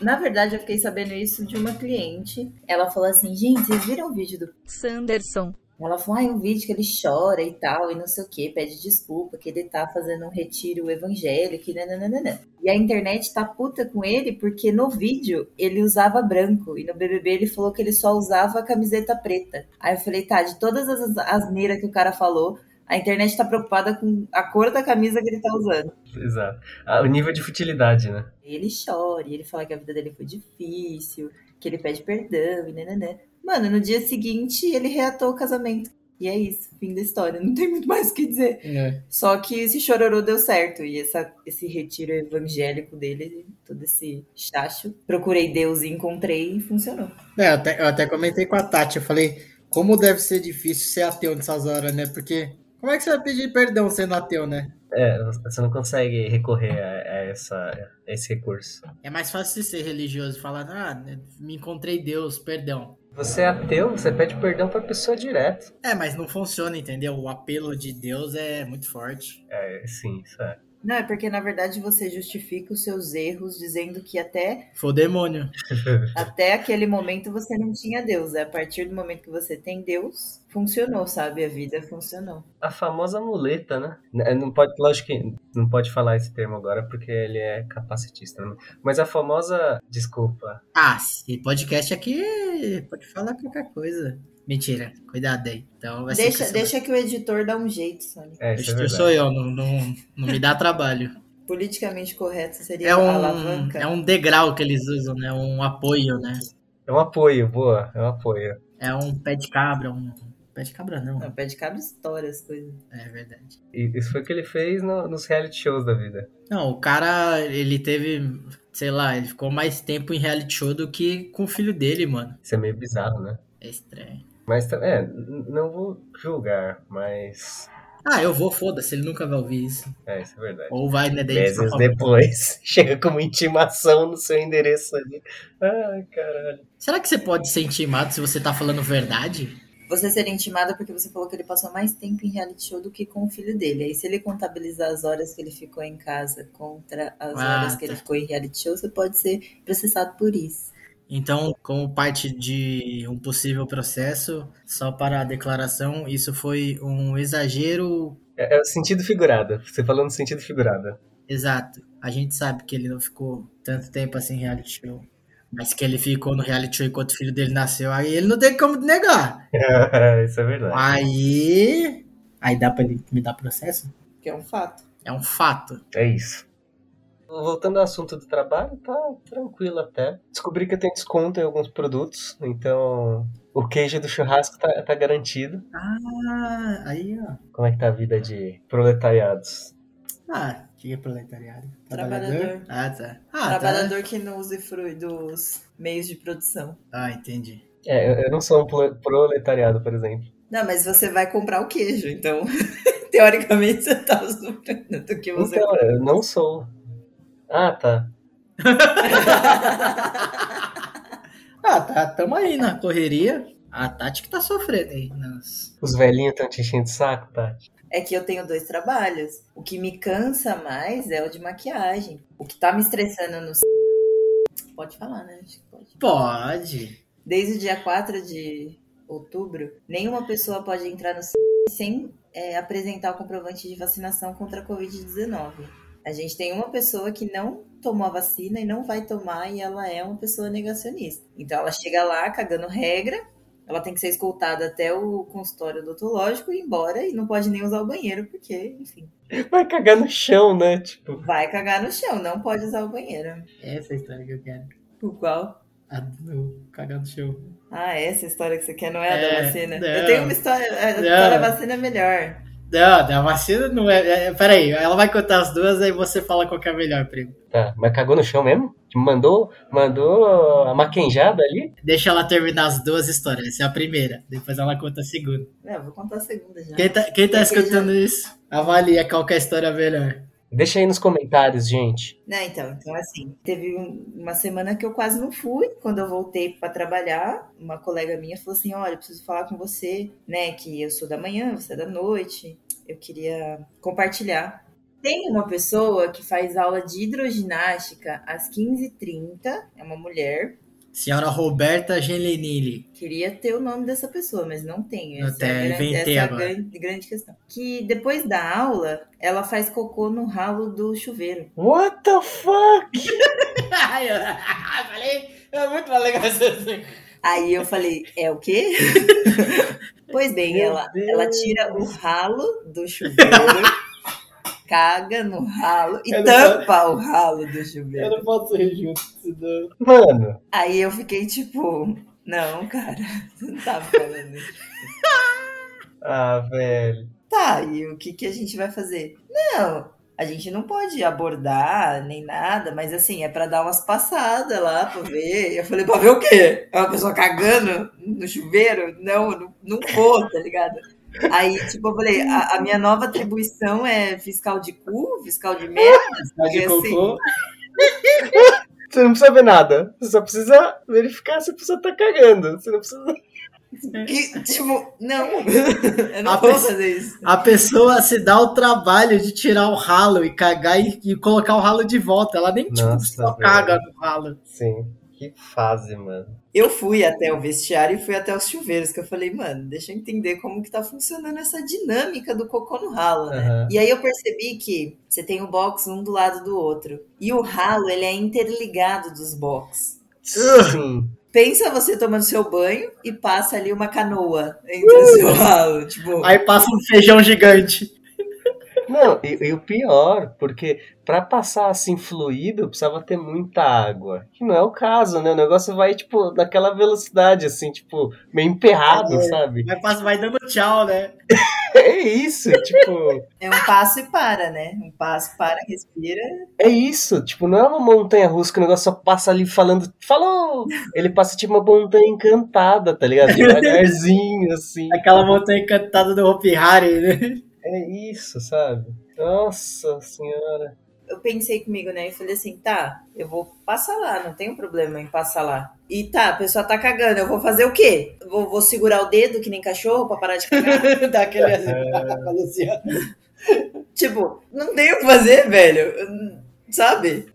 Na verdade, eu fiquei sabendo isso de uma cliente. Ela falou assim: gente, vocês viram o vídeo do
Sanderson,
Ela falou, ah, é um vídeo que ele chora e tal, e não sei o que, pede desculpa, que ele tá fazendo um retiro evangélico, e nananana. E a internet tá puta com ele, porque no vídeo ele usava branco, e no BBB ele falou que ele só usava camiseta preta. Aí eu falei, tá, de todas as asneiras que o cara falou, a internet tá preocupada com a cor da camisa que ele tá usando.
Exato. Ah, o nível de futilidade, né?
Ele chora, e ele fala que a vida dele foi difícil, que ele pede perdão e nananã. Mano, no dia seguinte ele reatou o casamento. E é isso, fim da história. Não tem muito mais o que dizer.
É.
Só que esse chororô deu certo. E essa, esse retiro evangélico dele, todo esse chacho. Procurei Deus e encontrei e funcionou.
É, eu até, eu até comentei com a Tati, eu falei, como deve ser difícil ser ateu nessas horas, né? Porque. Como é que você vai pedir perdão sendo ateu, né?
É, você não consegue recorrer a, a essa, a esse recurso.
É mais fácil você ser religioso e falar, ah, me encontrei Deus, perdão.
Você é ateu, você pede perdão pra pessoa direto.
É, mas não funciona, entendeu? O apelo de Deus é muito forte.
É, sim, isso é.
Não, é porque na verdade você justifica os seus erros dizendo que até
Foi o demônio.
Até aquele momento você não tinha Deus. É a partir do momento que você tem Deus, funcionou, sabe? A vida funcionou.
A famosa muleta, né? N- Não pode, lógico que não pode falar esse termo agora porque ele é capacitista, né? Mas a famosa, desculpa,
Ah, esse podcast aqui pode falar qualquer coisa. Mentira, cuidado aí. Então vai ser
Deixa,
cancelado.
deixa que o editor dá um jeito, Sônia.
é, isso é
Editor
verdade.
sou eu, não, não, não me dá trabalho.
Politicamente correto seria
É
a
um,
alavanca.
é um degrau que eles usam, né? Um apoio, né?
É um apoio, boa, é um apoio.
É um pé de cabra, um. Pé de cabra não,
Não, pé de cabra estoura as coisas.
é verdade.
E isso foi o que ele fez no- nos reality shows da vida.
Não, o cara, ele teve, sei lá, ele ficou mais tempo em reality show do que com o filho dele, mano.
Isso é meio bizarro, né?
É estranho.
Mas, tam- é, n- não vou julgar, mas...
Ah, eu vou, foda-se, ele nunca vai ouvir isso.
É, isso é verdade.
Ou vai, né, daí ele
Meses
fala,
depois, chega com uma intimação no seu endereço ali. Ai, caralho.
Será que você pode ser intimado se você tá falando verdade?
Você ser intimada porque você falou que ele passou mais tempo em reality show do que com o filho dele. Aí se ele contabilizar as horas que ele ficou em casa contra as
Ah,
horas que
tá.
ele ficou em reality show, você pode ser processado por isso.
Então, como parte de um possível processo, só para a declaração, isso foi um exagero
É, é o sentido figurado. Você falou no sentido figurado.
exato. A gente sabe que ele não ficou tanto tempo assim em reality show. Mas que ele ficou no reality show enquanto o filho dele nasceu, aí ele não tem como negar.
isso é verdade.
Aí. Aí dá pra ele me dar processo?
Que é um fato.
É um fato.
É isso. Voltando ao assunto do trabalho, tá tranquilo até. Descobri que eu tenho desconto em alguns produtos, então o queijo do churrasco tá, tá garantido.
Ah, aí, ó.
Como é que tá a vida de proletariados?
Ah, que é proletariado?
Trabalhador.
Ah, tá. Ah, tá.
Trabalhador que não usufrui dos meios de produção.
Ah, entendi.
É, eu- eu não sou um pro- proletariado, por exemplo.
Não, mas você vai comprar o queijo, então teoricamente você tá usufruindo do que você
Então, eu não sou. Ah, tá.
Ah, tá. Tamo aí na correria. A Tati que tá sofrendo aí. Nas...
Os velhinhos estão te enchendo o saco, tá? Tati.
é que eu tenho dois trabalhos. O que me cansa mais é o de maquiagem. O que tá me estressando no. c- Pode falar, né? Acho que pode.
Pode.
Desde o dia 4 de outubro, nenhuma pessoa pode entrar no c- sem é, apresentar o comprovante de vacinação contra a Covid-19. A gente tem uma pessoa que não tomou a vacina e não vai tomar, e ela é uma pessoa negacionista. Então ela chega lá cagando regra, ela tem que ser escoltada até o consultório odontológico e ir embora, e não pode nem usar o banheiro, porque, enfim,
Vai cagar no chão, né? Tipo,
vai cagar no chão, não pode usar o banheiro.
Essa é a história que eu quero.
O qual?
A do cagar no chão.
Ah, essa história que você quer não é a da
É,
vacina?
não.
Eu tenho uma história, a história da
Não.
vacina é melhor.
Não, da vacina não é. é peraí, ela vai contar as duas, aí você fala qual que é a melhor, primo.
tá, mas cagou no chão mesmo? Tipo, Mandou, mandou a maquenjada ali?
Deixa ela terminar as duas histórias. Essa é a primeira. Depois ela conta a segunda.
Não, eu vou contar a segunda já.
Quem tá, quem tá
Aquele
escutando isso, avalia qual que é a história melhor.
Deixa aí nos comentários, gente.
Não, então, então assim, teve um- uma semana que eu quase não fui. Quando eu voltei para trabalhar, uma colega minha falou assim: "Olha, eu preciso falar com você, né, que eu sou da manhã, você é da noite. Eu queria compartilhar. Tem uma pessoa que faz aula de hidroginástica às 15h30, é uma mulher.
Senhora Roberta Gelenili.
Queria ter o nome dessa pessoa, mas não tenho.
Não
Essa é a
tem,
grande,
inventei
essa é a
agora.
grande, grande questão. Que depois da aula, ela faz cocô no ralo do chuveiro.
What the fuck?
Falei, é muito mais legal assim.
Aí eu falei, é o quê? pois bem,
Meu
ela,
Deus.
ela tira o ralo do chuveiro, caga no ralo e
Eu não
tampa o ralo do chuveiro.
não posso rir junto, senão.
Mano,
Aí eu fiquei tipo, não, cara, você não tá falando isso.
ah, velho.
Tá, e o que, que a gente vai fazer? Não, a gente não pode abordar nem nada, mas assim, é pra dar umas passadas lá pra ver. Eu falei, pra ver o quê? É uma pessoa cagando no chuveiro? Não, não, não vou, tá ligado? Aí, tipo, eu falei, a, a minha nova atribuição é fiscal de cu, fiscal de merda,
Mas de
Porque assim,
cocô.
Você não precisa ver nada. Você só precisa verificar se a pessoa tá cagando. Você não precisa.
que, tipo, não, eu
A
não vou
pessoa-
fazer isso.
A pessoa se dá o trabalho de tirar o ralo e cagar e, e colocar o ralo de volta. Ela nem tipo,
Nossa,
só
velho.
caga no ralo.
Sim. Que fase, mano.
Eu fui até o vestiário e fui até os chuveiros, que eu falei, mano, deixa eu entender como que tá funcionando essa dinâmica do cocô no ralo, né?
Aham.
E aí eu percebi que você tem o box um do lado do outro. E o ralo, ele é interligado dos box.
Sim.
Pensa você tomando seu banho e passa ali uma canoa entre o seu ralo. Tipo,
Aí passa um feijão gigante.
Não, e, e o pior, porque pra passar assim fluido, precisava ter muita água. Que não é o caso, né? O negócio vai, tipo, naquela velocidade, assim, tipo, meio emperrado, sabe?
Aí passa, vai dando tchau, né?
É isso, tipo.
é um passo e para, né? Um passo, para, respira.
É isso, tipo, não é uma montanha russa que o negócio só passa ali falando. Falou! Ele passa tipo uma montanha encantada, tá ligado? Devagarzinho, assim.
É
Aquela montanha encantada do Hopi Hari, né?
É isso, sabe? Nossa senhora.
eu pensei comigo, né? E falei assim, tá, eu vou passar lá, não tem problema em passar lá. E tá, a pessoa tá cagando, eu vou fazer o quê? Vou, vou segurar o dedo que nem cachorro pra parar de cagar?
Daquele assim, com a Luciana.
tipo, não tem o que fazer, velho. Eu- Sabe?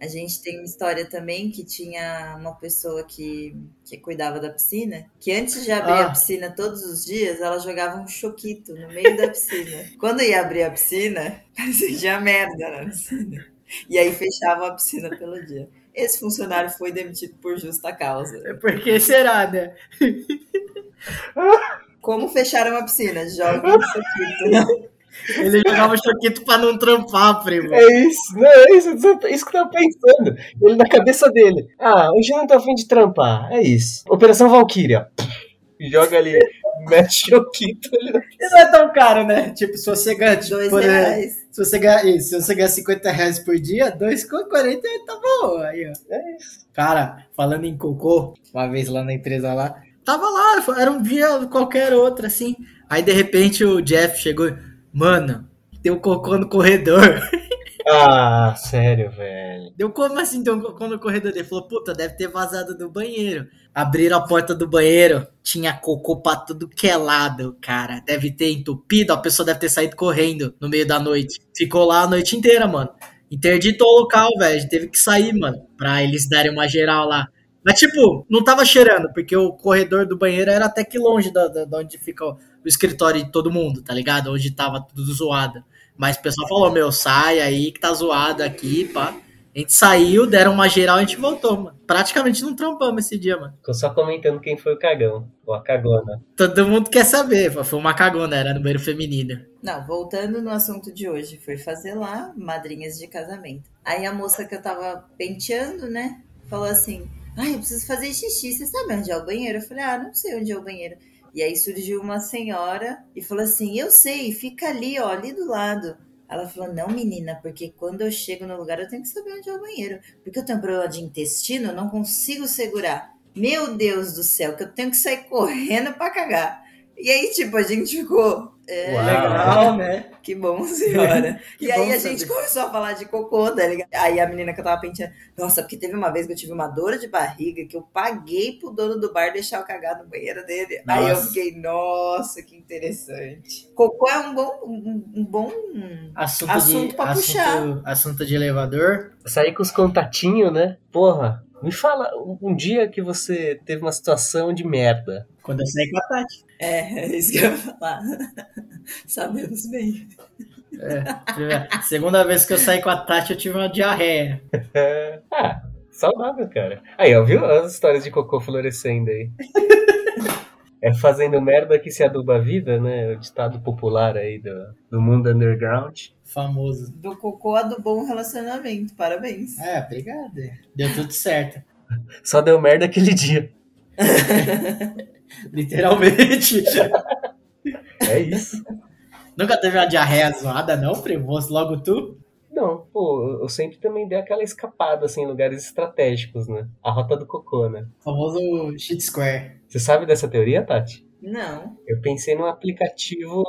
A gente tem uma história também que tinha uma pessoa que, que cuidava da piscina, que antes de abrir
Ah.
a piscina todos os dias, ela jogava um choquito no meio da piscina. Quando ia abrir a piscina, parecia que tinha merda na piscina. E aí fechava a piscina pelo dia. Esse funcionário foi demitido por justa causa.
É Porque será, né?
Como fecharam a piscina? Joga um choquito.
Ele jogava choquito pra não trampar, primo.
É isso, não, é isso, é isso que eu tava pensando. Ele na cabeça dele. Ah, hoje eu não tô afim de trampar. É isso. Operação Valkyria. Joga ali, mete o quinto ali. na-
E não é tão caro, né? Tipo, se você ganha. Tipo,
Dois
por exemplo,
reais.
Se você ganhar, isso, se você ganhar 50 reais por dia, 2,40 tá bom. Aí, ó. É isso. Cara, falando em cocô, uma vez lá na empresa lá, tava lá, era um dia qualquer outro, assim. Aí de repente o Jeff chegou, mano, tem um cocô no corredor.
Ah, sério, velho.
Deu como assim? Então, quando o corredor dele falou, puta, deve ter vazado do banheiro. Abriram a porta do banheiro, tinha cocô pra tudo que é lado, cara. Deve ter entupido, a pessoa deve ter saído correndo no meio da noite. Ficou lá a noite inteira, mano. Interditou o local, velho. A gente Teve que sair, mano, pra eles darem uma geral lá. Mas, tipo, não tava cheirando, porque o corredor do banheiro era até que longe da, da, da onde fica o, o escritório de todo mundo, tá ligado? Onde tava tudo zoado. Mas o pessoal falou, meu, sai aí que tá zoado aqui, pá. A gente saiu, deram uma geral e a gente voltou, mano. Praticamente não trampamos esse dia, mano.
Tô só comentando quem foi o cagão. Ou a cagona.
Todo mundo quer saber, pô, foi uma cagona, era no banheiro feminino.
Não, voltando no assunto de hoje, fui fazer lá madrinhas de casamento. Aí a moça que eu tava penteando, né, falou assim: Ai, eu preciso fazer xixi, você sabe onde é o banheiro? Eu falei: Ah, não sei onde é o banheiro. E aí surgiu uma senhora e falou assim: Eu sei, fica ali, ó, ali do lado. Ela falou: Não, menina, porque quando eu chego no lugar eu tenho que saber onde é o banheiro. Porque eu tenho problema de intestino, eu não consigo segurar. Meu Deus do céu, que eu tenho que sair correndo pra cagar. E aí, tipo, a gente ficou. É,
Uau.
Legal, né?
que bom, senhora.
Que
e aí
bom
a gente
saber.
começou a falar de cocô, tá ligado? Aí a menina que eu tava penteando, nossa, porque teve uma vez que eu tive uma dor de barriga que eu paguei pro dono do bar deixar eu cagar no banheiro dele. Aí eu
Nossa.
fiquei, nossa, que interessante. Cocô é um bom, um, um bom
Assunto,
Assunto
de,
pra
assunto,
puxar.
assunto de elevador.
Sair com os contatinhos, né? Porra. Me fala um um dia que você teve uma situação de merda.
Quando eu saí com a Tati.
É, é isso que eu ia falar. Sabemos bem.
Primeira- segunda vez que eu saí com a Tati, eu tive uma diarreia.
É. Ah, saudável, cara. Aí, ó, viu as histórias de cocô florescendo aí. É fazendo merda que se aduba a vida, né? O ditado popular aí do, do mundo underground.
Famoso.
Do cocô a do bom relacionamento, parabéns.
É, obrigado. Deu tudo certo.
Só deu merda aquele dia.
Literalmente.
É isso.
Nunca teve uma diarreia zoada, não, primo? Você- Logo tu?
Não, pô, eu sempre também dei aquela escapada, assim, em lugares estratégicos, né? A rota do cocô, né?
Famoso shit square.
Você sabe dessa teoria, Tati?
Não,
Eu pensei num aplicativo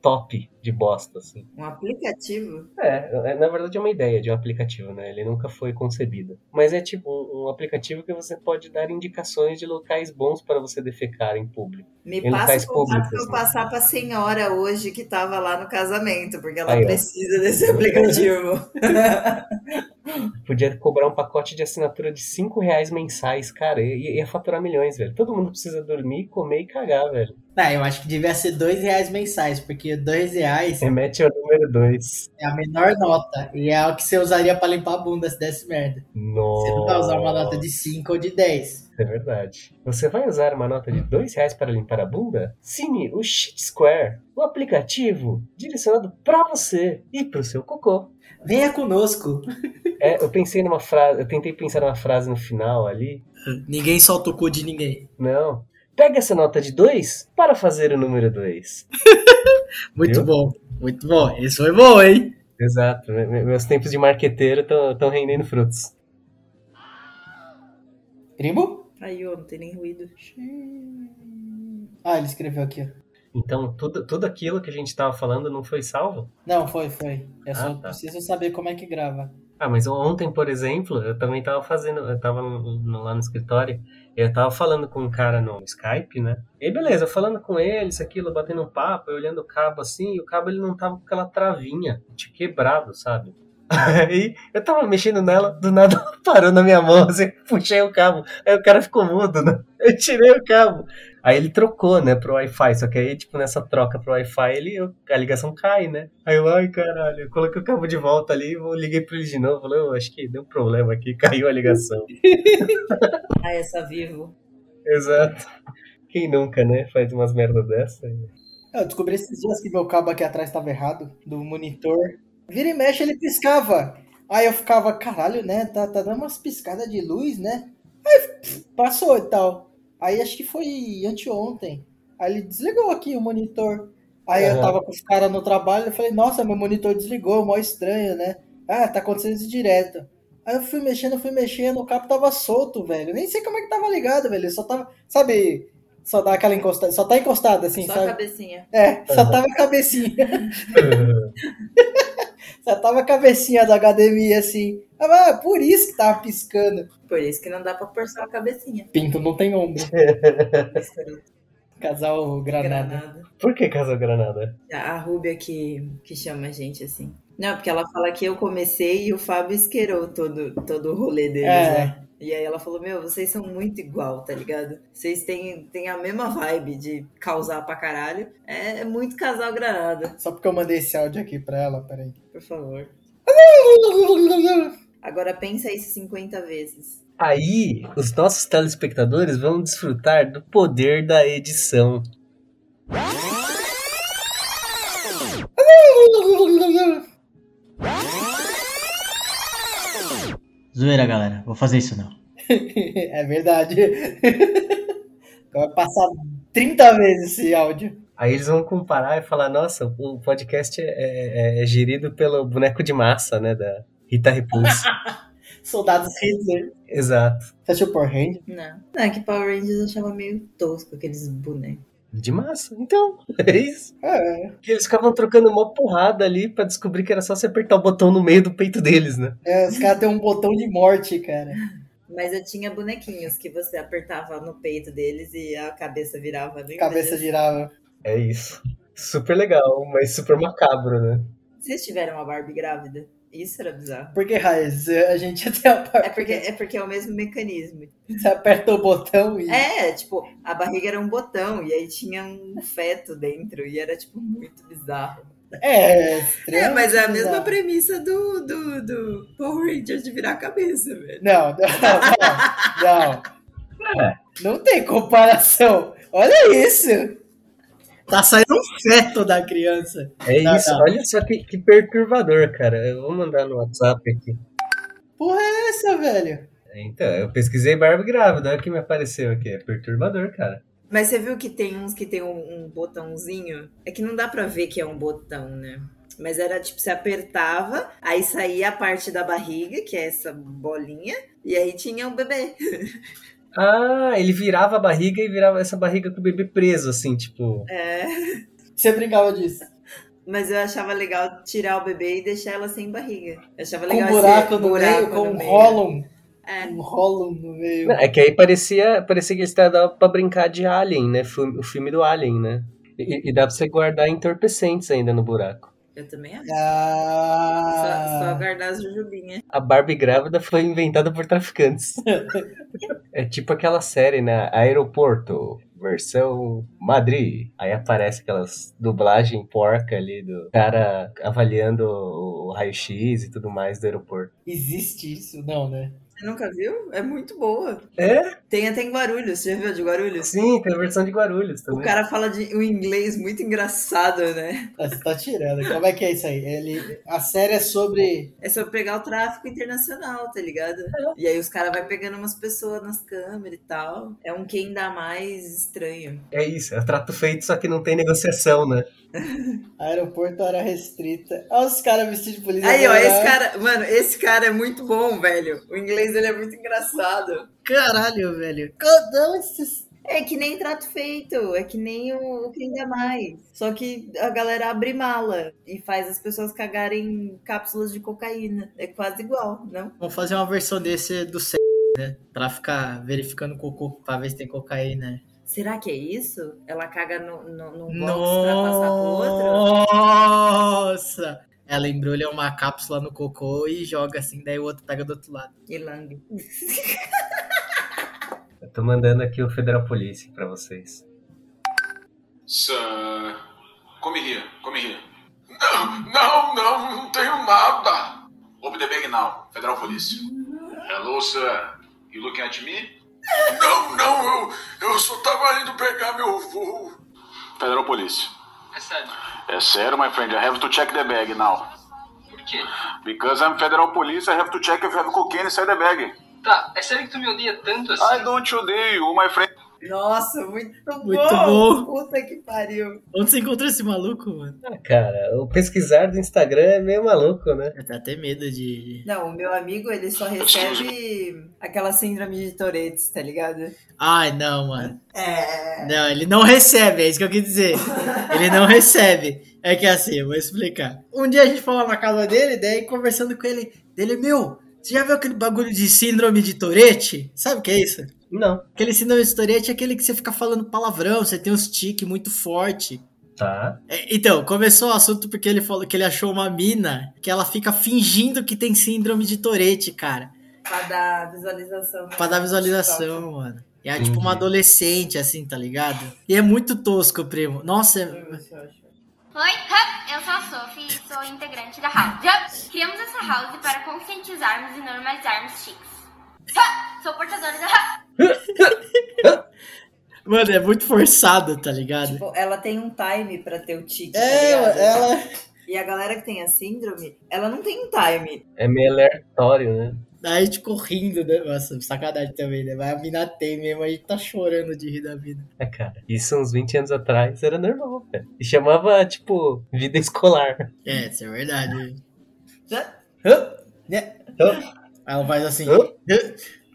top de bosta, assim.
um aplicativo.
É, é, na verdade é uma ideia de um aplicativo, né? Ele nunca foi concebido. Mas é tipo um, um aplicativo que você pode dar indicações de locais bons para você defecar em público.
Me
Em
passa
locais
tá
o contato
públicos,
pra eu
assim.
né?
passar pra senhora hoje que tava lá no casamento, porque ela
Aí, ó.
precisa desse aplicativo.
Podia cobrar um pacote de assinatura de 5 reais mensais, cara. Ia, ia faturar milhões, velho. Todo mundo precisa dormir, comer e cagar, velho.
Não, Tá, eu acho que devia ser dois reais mensais, porque dois reais
Remete ao número 2.
é a menor nota. E é o que você usaria pra limpar a bunda se desse merda. Você não vai
Nossa.
usar uma nota de 5 ou de 10.
É verdade. Você vai usar uma nota de dois reais para limpar a bunda? Cine, o Shit Square, o aplicativo direcionado pra você e pro seu cocô.
Venha conosco.
É, eu pensei numa frase, eu tentei pensar numa frase no final ali.
Ninguém solta o cu de ninguém.
Não. Pega essa nota de dois para fazer o número 2.
Muito
Viu?
bom, muito bom. Esse foi bom, hein?
Exato. Me- me- Meus tempos de marqueteiro estão rendendo frutos.
Primo?
Aí, ó, não tem nem ruído.
Ah, ele escreveu aqui, ó.
Então, tudo, tudo aquilo que a gente tava falando não foi salvo?
Não, foi, foi. Eu só
Ah, tá.
preciso saber como é que grava.
Ah, mas ontem, por exemplo, eu também tava fazendo, eu tava no- no- lá no escritório, eu tava falando com um cara no Skype, né? E beleza, eu falando com ele, isso, aquilo, batendo um papo, eu olhando o cabo assim, e o cabo ele não tava com aquela travinha, tinha quebrado, sabe? Aí eu tava mexendo nela, do nada ela parou na minha mão, assim, puxei o cabo, aí o cara ficou mudo, né? Eu tirei o cabo. Aí ele trocou, né, pro Wi-Fi, só que aí, tipo, nessa troca pro Wi-Fi, ele, a ligação cai, né? Aí eu, ai, caralho, eu coloquei o cabo de volta ali, eu liguei pra ele de novo, falei, eu acho que deu um problema aqui, caiu a ligação.
Ah, essa vivo.
Exato. Quem nunca, né, faz umas merda dessa?
Eu descobri esses dias que meu cabo aqui atrás estava errado, do monitor. Vira e mexe, ele piscava. Aí eu ficava, caralho, né? Tá, tá dando umas piscadas de luz, né? Aí pff, passou e tal. Aí acho que foi anteontem. Aí ele desligou aqui o monitor. Aí eu
Aham.
tava com os caras no trabalho, eu falei, nossa, meu monitor desligou, mó estranho, né? Ah, tá acontecendo isso direto. Aí eu fui mexendo, fui mexendo, o cabo tava solto, velho. Eu Nem sei como é que tava ligado, velho. Só tava, sabe, só dá aquela encostada, só tá encostado assim,
Só a
sabe?
cabecinha.
É, só tava a cabecinha. Só tava a cabecinha da academia assim. Ah, mas é por isso que tava piscando.
Por isso que não dá pra pôr só a cabecinha.
Pinto não tem ombro. Casal granada.
Granada.
Por que Casal Granada?
A Rúbia que, que chama a gente assim. Não, porque ela fala que eu comecei e o Fábio esquerou todo, todo o rolê deles,
É.
né? E aí ela falou, meu, vocês são muito igual, tá ligado? Vocês têm, têm a mesma vibe de causar pra caralho. É, é muito casal granada,
Só porque eu mandei esse áudio aqui pra ela, peraí.
por favor. Agora pensa isso 50 vezes.
Aí, os nossos telespectadores vão desfrutar do poder da edição.
Zoeira, galera. Vou fazer isso não.
É verdade. Vai passar 30 vezes esse áudio.
Aí eles vão comparar e falar, nossa, o podcast é, é- é gerido pelo boneco de massa, né, da Rita Repulsa.
Soldados Hitler.
Exato.
Você achou Power Ranger?
Não. Não, é que Power Rangers eu achava meio tosco aqueles bonecos.
De massa. Então, é isso.
É,
E eles ficavam trocando uma porrada ali pra descobrir que era só você apertar o botão no meio do peito deles, né?
é, os caras têm um botão de morte, cara.
Mas eu tinha bonequinhos que você apertava no peito deles e a cabeça virava. né?
Cabeça girava.
É isso. Super legal, mas super macabro, né?
Vocês tiveram a Barbie grávida? Isso era bizarro.
Por que raiz? A gente até a
É porque, é porque é o mesmo mecanismo.
Você aperta o botão e.
É, tipo, a barriga era um botão e aí tinha um feto dentro e era, tipo, muito bizarro.
É,
É,
estranho.
mas é a mesma
Não.
premissa do, do, do Power Rangers de virar a cabeça, velho.
Não, não, não. Não, não tem comparação. Olha isso. Tá saindo um feto da criança.
É
Não,
isso.
não.
Olha só que, que perturbador, cara. Eu vou mandar no WhatsApp aqui.
Porra, é essa, velho?
Então, eu pesquisei Barbie grávida, olha o que me apareceu aqui. É perturbador, cara.
Mas você viu que tem uns que tem um, um botãozinho? É que não dá pra ver que é um botão, né? Mas era tipo, você apertava, aí saía a parte da barriga, que é essa bolinha, e aí tinha o bebê.
Ah, ele virava a barriga e virava essa barriga com o bebê preso, assim, tipo.
É.
Você brincava disso.
Mas eu achava legal tirar o bebê e deixar ela sem barriga. Eu achava
Com
legal
um
esse
buraco no
buraco
meio, com
no
um
meio.
rolo.
É.
Um rolo no meio.
Não, é que aí parecia, parecia que eles estavam pra brincar de Alien, né? Filme- O filme do Alien, né? E, e dá pra você guardar entorpecentes ainda no buraco.
Eu também acho. Só, só
Ah,
guardar as jujubinhas.
A Barbie grávida foi inventada por traficantes. é tipo aquela série, né? Aeroporto, versão Madrid. Aí aparece aquelas dublagem porca ali do cara avaliando o raio-x e tudo mais do aeroporto.
existe isso? Não, né?
Você nunca viu? É muito boa.
É?
Tem até em Guarulhos. Você já viu a de Guarulhos?
Sim, tem a versão de Guarulhos
O
também.
cara fala de um inglês muito engraçado, né?
Ah, Você tá tirando. Como é que é isso aí? Ele, a série é sobre.
É sobre pegar o tráfico internacional, tá ligado? E aí os caras vai pegando umas pessoas nas câmeras e tal. É um quem dá mais estranho.
É isso, é trato feito, só que não tem negociação, né?
Aeroporto área restrita. Olha os caras vestidos de polícia.
Aí, ó, esse
federal.
cara. Mano, esse cara é muito bom, velho. O inglês dele é muito engraçado.
Caralho, velho. um Cadê esses.
É que nem trato feito, é que nem o, o que ainda mais. Só que a galera abre mala e faz as pessoas cagarem cápsulas de cocaína. É quase igual, não?
Vamos fazer uma versão desse do C, né? Pra ficar verificando cocô, pra ver se tem cocaína.
Será que é isso? Ela caga no, no, num box pra passar pro outro?
Nossa! É, Ela embrulha uma cápsula no cocô e joga assim, daí o outro pega do outro lado.
E lambe.
Eu tô mandando aqui o Federal Police pra vocês.
Sir, come here, come here. Não, não, não, não tenho nada. Open the bag now, Federal Police. Hello, sir. You looking at me? Não, não, eu, eu só tava indo pegar meu voo. Federal Police.
É sério.
É sério, my friend, I have to check the bag now.
Por quê?
Because I'm Federal Police, I have to check if you have cocaine inside the bag.
Tá, é sério que tu me odeia tanto assim?
I don't odeio, my friend.
Nossa, muito bom!
Muito bom.
Puta que pariu!
Onde você encontrou esse maluco, mano?
Ah, cara, o pesquisar do Instagram é meio maluco, né?
Eu tenho até medo de.
Não, o meu amigo, ele só recebe aquela síndrome de Tourette's, tá ligado?
Ai, não, mano.
É.
Não, ele não recebe, é isso que eu quis dizer. Ele não recebe. É que é assim, eu vou explicar. Um dia a gente falou na casa dele, daí conversando com ele, dele, meu, você já viu aquele bagulho de síndrome de Tourette? Sabe o que é isso?
Não.
Aquele síndrome de Tourette é aquele que você fica falando palavrão, você tem uns tiques muito forte.
Tá.
É, Então, começou o assunto porque ele falou que ele achou uma mina que ela fica fingindo que tem síndrome de Tourette, cara.
Pra dar visualização. né?
Pra dar visualização, mano. E é tipo uma
Entendi.
adolescente, assim, tá ligado? E é muito tosco, primo. Nossa, é-
Oi, hup, eu sou a Sophie e sou integrante da House. Hup, Criamos essa House para conscientizarmos e normalizarmos chiques. Hup, Sou portadora da House.
mano, é muito forçado, tá ligado?
Tipo, ela tem um time pra ter o tique, tá
É,
ligado?
ela
E a galera que tem a síndrome, ela não tem um time.
É meio aleatório, né?
Daí a gente ficou rindo, né? Nossa, sacanagem também, né? Mas a mina tem mesmo, a gente tá chorando de rir da vida.
Ah, cara, isso uns 20 anos atrás era normal, cara. E chamava, tipo, vida escolar.
É, isso é verdade.
Hã?
Né? Aí ela faz assim.
Hã?
Aí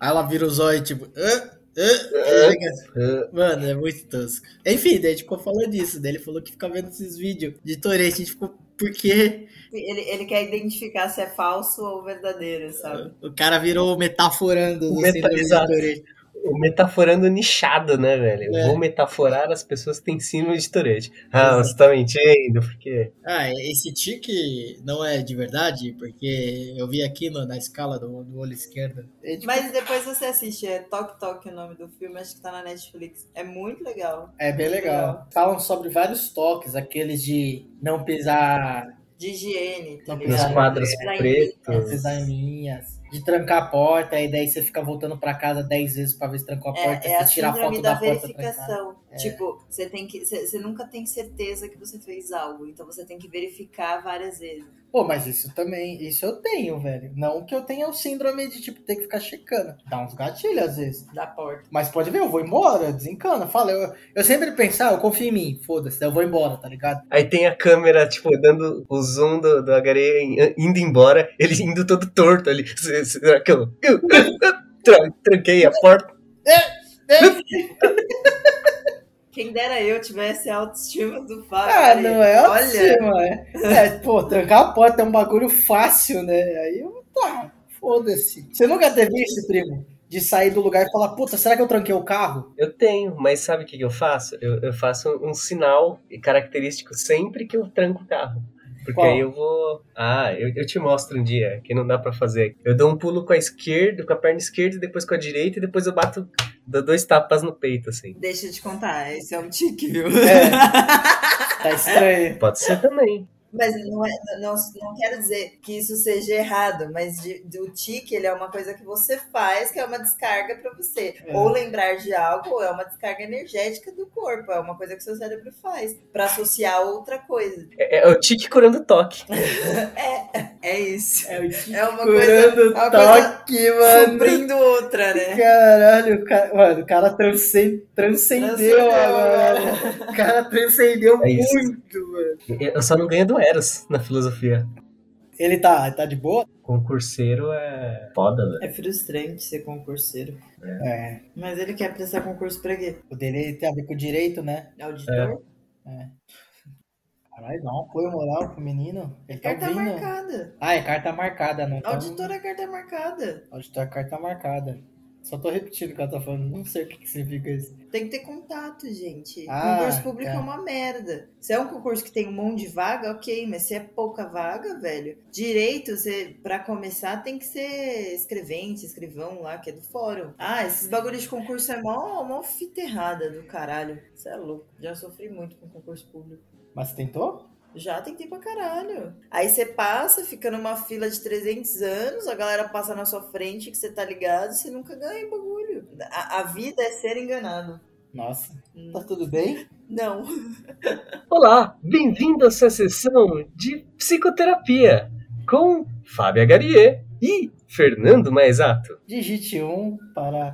ela vira os olhos, tipo. "Hã? Hã?" Aí fica assim.
Hã?
Mano, é muito tosco. Enfim, daí a gente ficou falando disso. Daí ele falou que fica vendo esses vídeos de Torete. A gente ficou, por quê?
Ele, ele quer identificar se é falso ou verdadeiro, sabe?
O cara virou o metaforando assim, do
Meta-
síndrome de
exato.
Tourette.
O metaforando nichado, né, velho?
É.
Vou metaforar as pessoas que têm síndrome de Tourette. Ah, você tá mentindo, porque...
Ah, esse tique não é de verdade, porque eu vi aqui no- na escala do, do olho esquerdo. É tipo-
Mas depois você assiste, é Tok Tok o nome do filme, acho que tá na Netflix. É muito legal.
É bem legal. Falam sobre vários toques, aqueles de não pisar,
De higiene, tá
Não
Nos
Exato.
ligado?
quadros
Exato.
não
pretos...
pisar em linhas, de trancar a porta, e daí você fica voltando pra casa 10 vezes pra ver se trancou a porta,
É, é a
você tira a
síndrome
foto
da,
da, porta É. trancada.
verificação. Tipo, você tem que. Você você nunca tem certeza que você fez algo. Então você tem que verificar várias vezes.
Pô, mas isso também, isso eu tenho, velho. Não que eu tenha o síndrome de, tipo, ter que ficar checando. Dá uns gatilhos às vezes.
Da porta.
Mas pode ver, eu vou embora, desencana. Fala, eu, eu sempre penso, ah, eu confio em mim, foda-se, eu vou embora, tá ligado?
Aí tem a câmera, tipo, dando o zoom do, do HRE em- indo embora, ele indo todo torto ali. Se- Será que eu. Tran- Tranquei a porta.
Quem dera eu tivesse a autoestima do Fábio.
Ah,
Olha,
não é
Olha,
assim, mano. É, pô, trancar a porta é um bagulho fácil, né? Aí eu, tá, foda-se. Você nunca teve isso, primo? De sair do lugar e falar, puta, será que eu tranquei o carro?
Eu tenho, mas sabe o que, que eu faço? Eu, eu faço um, um sinal característico sempre que eu tranco o carro. Porque
Qual?
aí eu vou. Ah, eu, eu te mostro um dia, que não dá pra fazer. Eu dou um pulo com a esquerda, com a perna esquerda, depois com a direita, e depois eu bato. Dou dois tapas no peito, assim.
deixa eu te contar, esse é um tique, viu?
Tá estranho.
Pode ser também.
Mas não, é, não, não quero dizer que isso seja errado, mas de, do tique, ele é uma coisa que você faz, que é uma descarga pra você.
É.
Ou lembrar de algo, é uma descarga energética do corpo, é uma coisa que seu cérebro faz pra associar a outra coisa.
É, é o tique curando toque.
É isso.
É o que
É uma coisa uma coisa suprindo outra, né?
Caralho, o cara, mano, o cara transcen- transcendeu
Transcendeu,
agora. O cara transcendeu
É isso.
muito, mano.
Eu só não ganho do Eros na filosofia.
Ele tá, tá de boa?
Concurseiro é foda, velho.
É frustrante ser concurseiro.
É.
Mas ele quer prestar concurso pra quê?
O dele tem a ver com o direito, né?
Auditor? Tá
Caralho, dá um apoio moral pro menino. Ele tá
Carta
ouvindo.
marcada.
Ah, é carta marcada, não. tá ouvindo.
Auditor é carta marcada.
Auditor é carta marcada. Só tô repetindo o que ela tá falando, não sei o que, que significa isso.
Tem que ter contato, gente.
Ah,
concurso público
tá.
é uma merda. Se é um concurso que tem um monte de vaga, ok, mas se é pouca vaga, velho. Direito, você, pra começar, tem que ser escrevente, escrivão lá, que é do fórum. Ah, esses bagulhos de concurso é mó, mó fita errada do caralho. Você é louco. Já sofri muito com concurso público.
Mas você tentou?
Já tentei pra caralho. Aí você passa, fica numa fila de 300 anos, a galera passa na sua frente que você tá ligado, você nunca ganha o bagulho. A, a vida é ser enganado.
Nossa.
Hum,
Tá tudo bem?
Não.
Olá, bem-vindo à sua sessão de psicoterapia com Fábio Agarier e Fernando Maesato.
Digite um para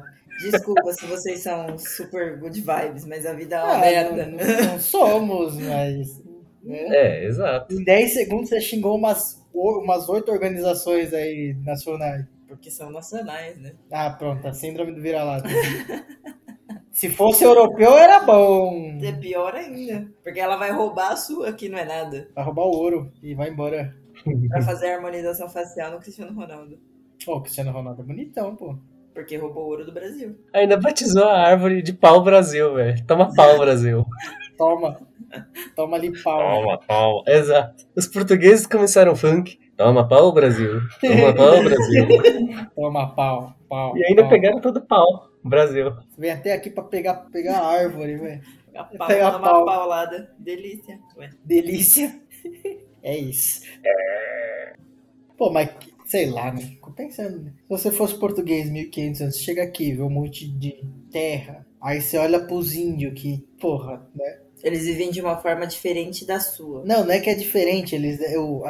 Desculpa se vocês são super good vibes, mas a vida é uma
Ah,
merda.
não, não somos, mas. né?
É, exato.
Em 10 segundos você xingou umas, o- umas 8 organizações aí nacionais.
Porque são nacionais, né?
Ah, pronto, a síndrome do vira-lata. Se fosse europeu, era bom.
É pior ainda. Porque ela vai roubar a sua, que não é nada.
Vai roubar o ouro e vai embora.
Pra fazer a harmonização facial no Cristiano Ronaldo.
Uhum. Pô, o Cristiano Ronaldo é bonitão, pô.
Porque roubou o ouro do Brasil.
Ainda batizou a árvore de pau Brasil, velho. Toma pau Brasil.
Toma. Toma ali pau.
pau. Exato. Os portugueses começaram o funk. Toma pau Brasil. Toma pau Brasil.
Toma pau, pau.
E ainda
pau.
pegaram todo pau Brasil.
Vem até aqui pra pegar, pegar a árvore, velho.
A pau,
Pega É, a
toma
pau.
uma paulada. Delícia. Ué.
Delícia. É isso. Pô, mas que- sei lá, né? Fico pensando. né? Se você fosse português 1500 anos, chega aqui, vê um monte de terra. Aí você olha pros índios que, porra, né?
Eles vivem de uma forma diferente da sua.
Não, não é que é diferente, eles. Eu,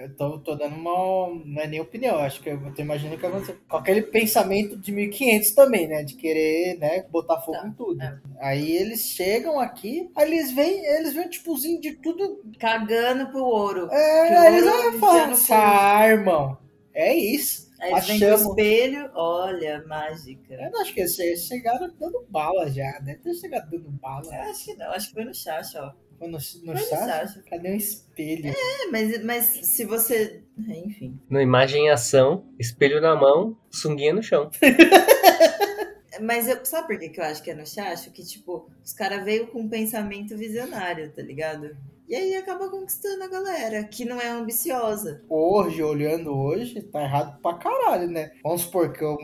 eu tô, tô dando uma. Não é nem opinião, acho que eu, tô imaginando o que aconteceu. Com aquele pensamento de 1500 também, né? De querer, né? Botar fogo em tudo. Aí eles chegam aqui, aí eles vêm, eles vêm tipozinho de tudo.
Cagando pro ouro. Que
É, aí eles
horror,
vão
enfiar no
falar,
cu.
"Ah, irmão, é isso.
Aí eles vêm pro
Achamos. É.
espelho. Olha, mágica.
Eu não acho que eles che- chegaram dando bala já, né? Deve ter chegado dando bala.
Acho que não, acho que foi no chacho, ó.
Foi no, no
Foi no
chá?
chacho.
Cadê um espelho?
É, mas, mas se você. é, Enfim.
No imagem em ação, espelho na mão, sunguinha no chão.
Mas eu, sabe por que, que eu acho que é no chacho? Que, tipo, os caras veio com um pensamento visionário, tá ligado? E aí acaba conquistando a galera, que não é ambiciosa.
hoje, olhando hoje, tá errado pra caralho, né? Vamos supor que eu.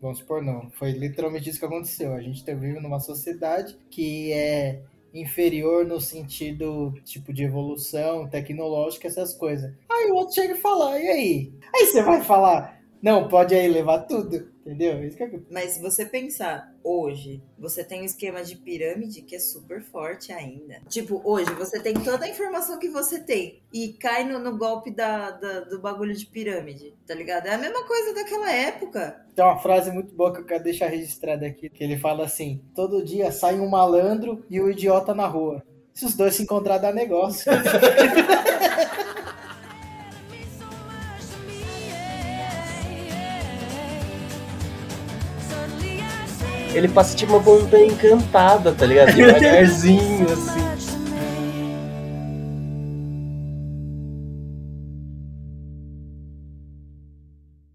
Vamos supor, não. Foi literalmente isso que aconteceu. A gente tá vivendo numa sociedade que é inferior no sentido, tipo, de evolução tecnológica, essas coisas. Aí o outro chega e fala, e aí? Aí você vai falar, não, pode aí levar tudo, entendeu? Isso que é...
Mas se você pensar hoje, você tem um esquema de pirâmide que é super forte ainda. Tipo, hoje você tem toda a informação que você tem e cai no, no golpe da, da- do bagulho de pirâmide, tá ligado? É a mesma coisa daquela época.
Tem uma frase muito boa que eu quero deixar registrada aqui, que ele fala assim, todo dia sai um malandro e um idiota na rua. Se os dois se encontrar, dá negócio.
Ele passa tipo uma montanha encantada, tá ligado? Devagarzinho, assim.